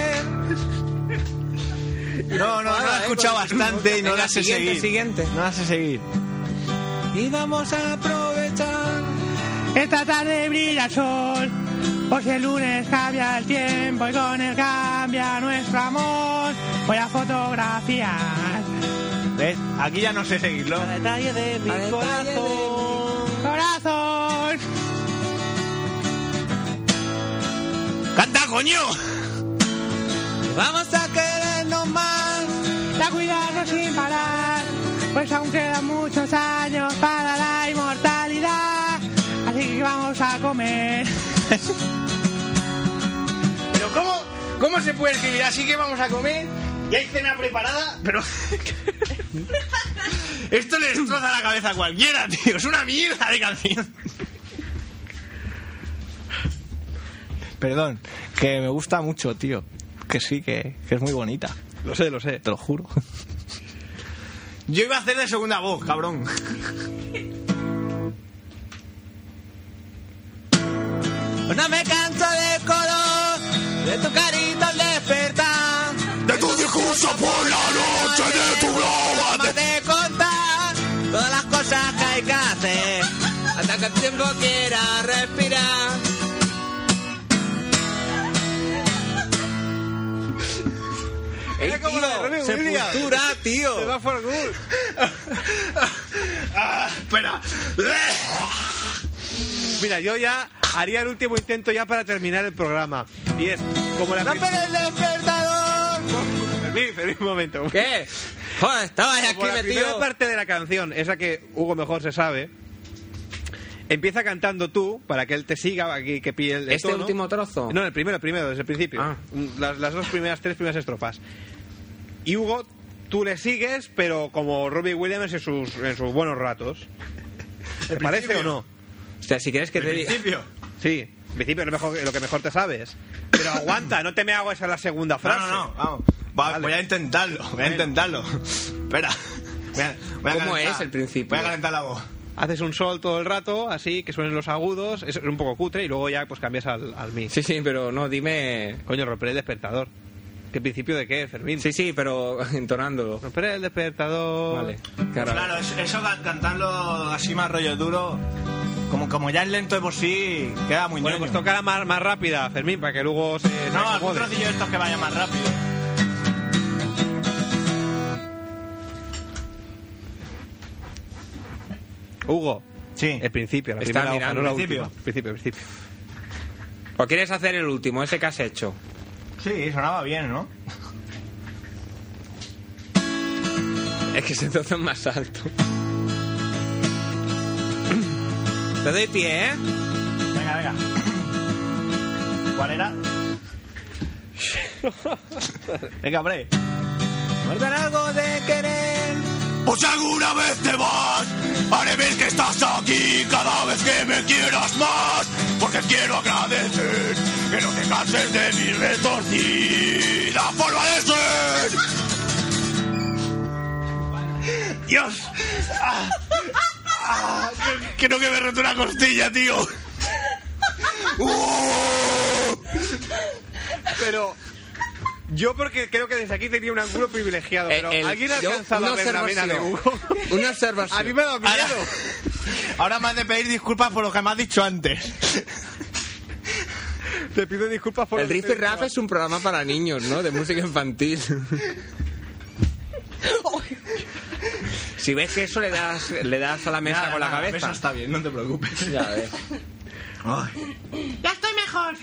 E: No, no, no la he escuchado bastante y no
D: Venga,
E: la sé
D: siguiente,
E: seguir.
D: siguiente.
E: No la sé seguir.
O: Y vamos a aprovechar.
Q: Esta tarde brilla el sol, por si el lunes cambia el tiempo y con él cambia nuestro amor. Voy a fotografiar
E: ¿Ves? Aquí ya no sé seguirlo.
Q: cada detalle de mi
O: A detalle
Q: corazón. Corazón.
E: ¡Canta, coño!
O: Vamos a querernos más.
Q: a cuidarnos sin parar, pues aún quedan muchos años para la inmortalidad, así que vamos a comer.
E: Pero ¿cómo, cómo se puede escribir así que vamos a comer? Y hay cena preparada, pero... Esto le destroza la cabeza a cualquiera, tío. Es una mierda de canción. Perdón, que me gusta mucho, tío. Que sí, que, que es muy bonita.
C: Lo sé, lo sé.
E: Te lo juro. Yo iba a hacer de segunda voz, cabrón.
O: No me canso del color de tu carita al despertar.
J: De tu discurso por la noche, de tu broma, de
O: Más de contar todas las cosas que hay que hacer hasta que el tiempo quiera respirar.
C: Era como la de Robbie Williams.
D: Sepultura, tío.
C: Se va for good.
E: Ah, espera.
C: Mira, yo ya haría el último intento ya para terminar el programa. Y es como la...
O: ¡Romper el despertador!
C: Fermín, Fermín, un momento.
D: ¿Qué? Joder, estaba ya aquí
C: Como la primera
D: metido.
C: parte de la canción, esa que Hugo mejor se sabe, empieza cantando tú para que él te siga, aquí que pille el el
D: ¿Este
C: tono.
D: último trozo?
C: No, el primero, el primero, desde el principio. Mm,
D: Ah.
C: Las, las dos primeras, tres primeras estrofas. Y Hugo, tú le sigues, pero como Robbie Williams en sus, en sus buenos ratos. ¿Te parece o no?
D: O sea, si quieres que te diga.
C: Sí, en principio es lo, mejor, lo que mejor te sabes. Pero aguanta, no te me hago esa la segunda frase.
E: No, no, no, vamos. Va- Voy a intentarlo, voy a intentarlo. Espera. Voy a- voy a
D: ¿Cómo
E: calentar-
D: es el principio?
E: Voy a calentar la voz.
C: Haces un sol todo el rato, así, que suenen los agudos, es un poco cutre, y luego ya pues cambias al, al mi.
D: Sí, sí, pero no, dime.
C: Coño, romper el despertador. ¿Qué principio de qué, Fermín?
D: Sí, sí, pero entonándolo.
C: Romper el despertador.
D: Vale.
E: Claro,
D: Claro.
E: es- eso ca- cantarlo así más rollo duro, como, como ya es lento de por sí, queda muy
C: Bueno, pues
E: bueno.
C: toca la más, más rápida, Fermín, para que luego se. se
E: No, algún
C: acomode.
E: trocillo de estos que vaya más rápido.
C: Hugo.
E: Sí.
C: El principio, la
D: Está
C: primera hoja,
D: mirando
C: no la
D: el
C: última.
D: principio.
C: Principio, principio.
D: ¿O quieres hacer el último, ese que has hecho?
E: Sí, sonaba bien, ¿no?
D: Es que se toca más alto. Te doy pie, ¿eh?
E: Venga, venga. ¿Cuál era? venga, hombre.
O: Guardar algo de querer.
J: Pues si alguna vez te vas, haré ver que estás aquí cada vez que me quieras más, porque quiero agradecer que no te canses de mi retorcida forma de ser. Dios, Ah, ah, creo que me roto una costilla, tío.
C: Pero. Yo porque creo que desde aquí tenía un ángulo privilegiado,
E: Eh,
C: pero
D: El- el-
C: ¿alguien ha
D: yo-
C: alcanzado
D: una
C: a ver la vena de
D: observación.
C: Hugo?
D: Una observación.
C: A mí me ha dado miedo.
E: Ahora me has de pedir disculpas por lo que me has dicho antes.
C: Te pido disculpas por
D: El
C: lo que
D: Riff y
C: te-
D: Rap es un programa para niños, ¿no? De música infantil. si ves que eso le das, le das a la mesa
E: Nada,
D: con la
E: nada,
D: cabeza.
E: eso está bien, no te preocupes.
D: Ya ves.
E: Ay,
Q: Ya estoy mejor.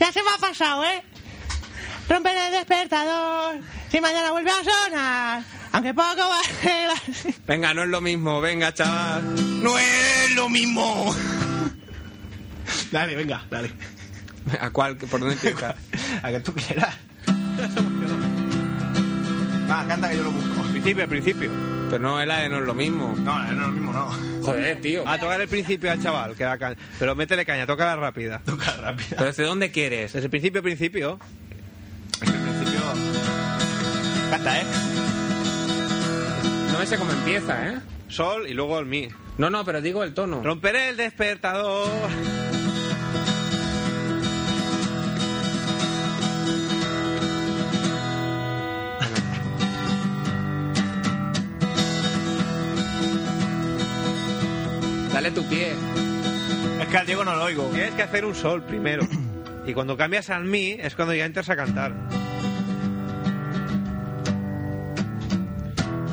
Q: ya se me ha pasado, ¿eh? Romper el despertador. Si mañana vuelve a sonar. Aunque poco va
D: Venga, no es lo mismo, venga, chaval.
J: No es lo mismo.
E: dale, venga, dale.
D: ¿A cuál? ¿Por dónde empieza?
E: A que tú quieras. Va, canta que yo lo busco.
C: Principio, al principio.
D: Pero no, es la de no es lo mismo. Ah,
E: No, eh, no es lo mismo, no.
D: Joder, tío.
C: A tocar el principio al chaval, que da caña. Pero métele caña, tócala rápida.
E: Toca rápido.
D: ¿Pero desde dónde quieres?
C: Desde el principio, principio.
E: Es que al principio. Canta, ¿eh?
D: No me sé cómo empieza, ¿eh?
C: Sol y luego el mi.
D: No, no, pero digo el tono.
C: Romperé el despertador.
D: Dale tu pie.
E: Es que al Diego no lo oigo.
C: Tienes que hacer un sol primero. Y cuando cambias al mi es cuando ya entras a cantar.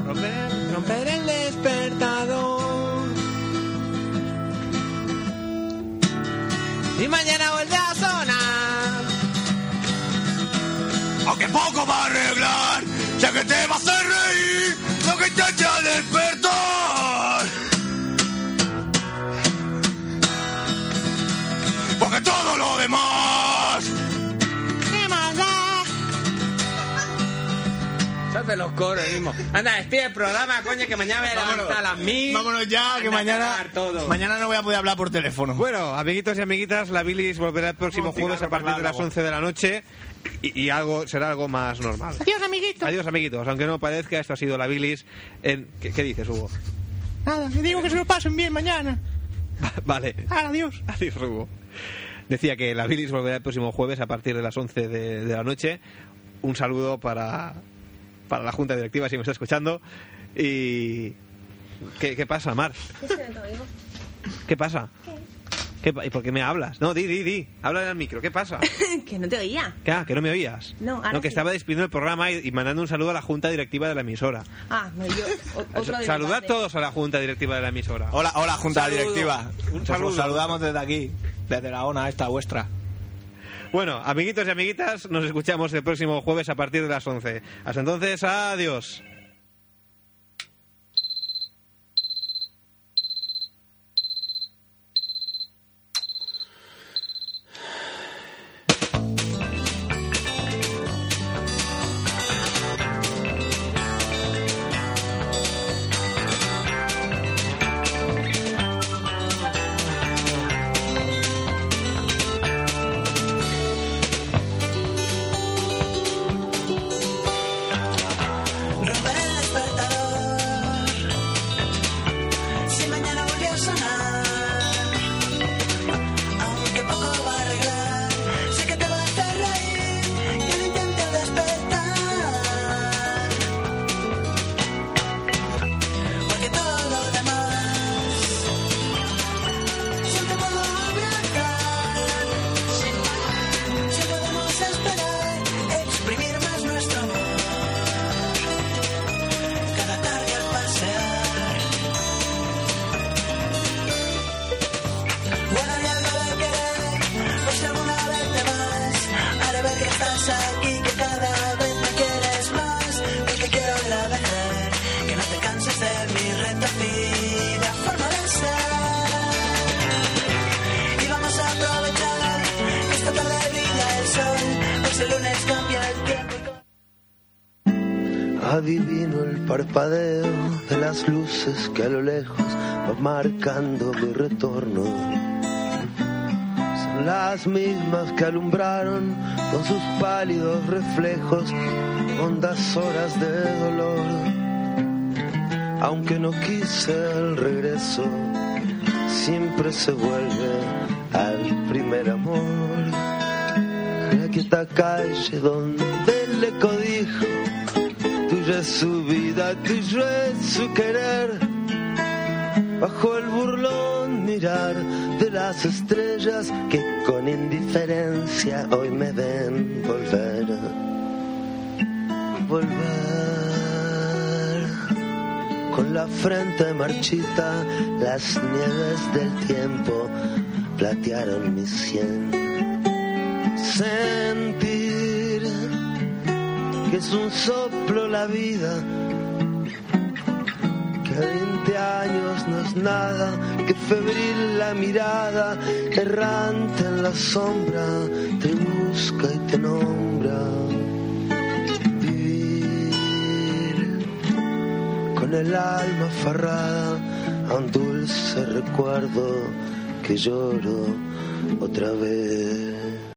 C: Romperé-
O: Romper el despertador. Y mañana vuelve a sonar.
J: Aunque poco va a arreglar, ya que te va a hacer reír, lo que te echa a despertar. Porque todo lo demás
D: Se hace los coros el mismo. Anda, despide el programa, coño, que mañana me voy a levantar a las mil.
E: Vámonos ya, que
D: Anda a
E: mañana.
D: cagar todo.
E: Mañana no voy a poder hablar por teléfono.
C: Bueno, amiguitos y amiguitas, la bilis volverá el próximo
E: Un cigarro
C: jueves a partir
E: para
C: de las
E: largo.
C: 11 de la noche y, y algo será algo más normal.
Q: Dios, amiguito.
C: Adiós, amiguitos. Aunque no parezca, esto ha sido la bilis. En... ¿Qué, qué dices, Hugo?
Q: Nada, que digo que se lo pasen bien mañana.
C: vale.
Q: Adiós.
C: Adiós, Hugo. Decía que la bilis volverá el próximo jueves a partir de las 11 de, de la noche. Un saludo para, para la Junta Directiva, si me está escuchando. Y... ¿Qué, qué pasa, Mar? ¿Qué pasa? ¿Qué pa- ¿Y por qué me hablas? No, di, di, di. Habla al micro. ¿Qué pasa?
F: que no te oía.
C: ¿Qué? Ah, que no me oías.
F: No, ahora
C: que
F: sí.
C: estaba despidiendo el programa y, y mandando un saludo a la junta directiva de la emisora.
F: Ah, no, yo. o- Otro de
C: Saludad todos a la junta directiva de la emisora.
E: Hola, hola, Junta
C: Saludo.
E: Directiva.
C: Un
E: Os
C: saludo.
E: Os saludamos desde aquí, desde la ONA, esta vuestra.
C: Bueno, amiguitos y amiguitas, nos escuchamos el próximo jueves a partir de las 11. Hasta entonces, adiós.
J: divertida forma de ser. Y vamos a aprovechar que esta tarde brilla el sol. Hoy es el lunes, cambia el tiempo.
M: Adivino el parpadeo de las luces que a lo lejos va marcando mi retorno. Son las mismas que alumbraron con sus pálidos reflejos hondas horas de dolor. Aunque no quise el regreso, siempre se vuelve al primer amor. La quieta calle donde le codijo tuya es su vida, tuyo es su querer. Bajo el burlón mirar de las estrellas que con indiferencia hoy me ven volver. Volver con la frente marchita, las nieves del tiempo platearon mi sien. Sentir que es un soplo la vida, que a 20 años no es nada, que febril la mirada, errante en la sombra, te busca y te nombra. Vivir con el alma aferrada a un dulce recuerdo que lloro otra vez.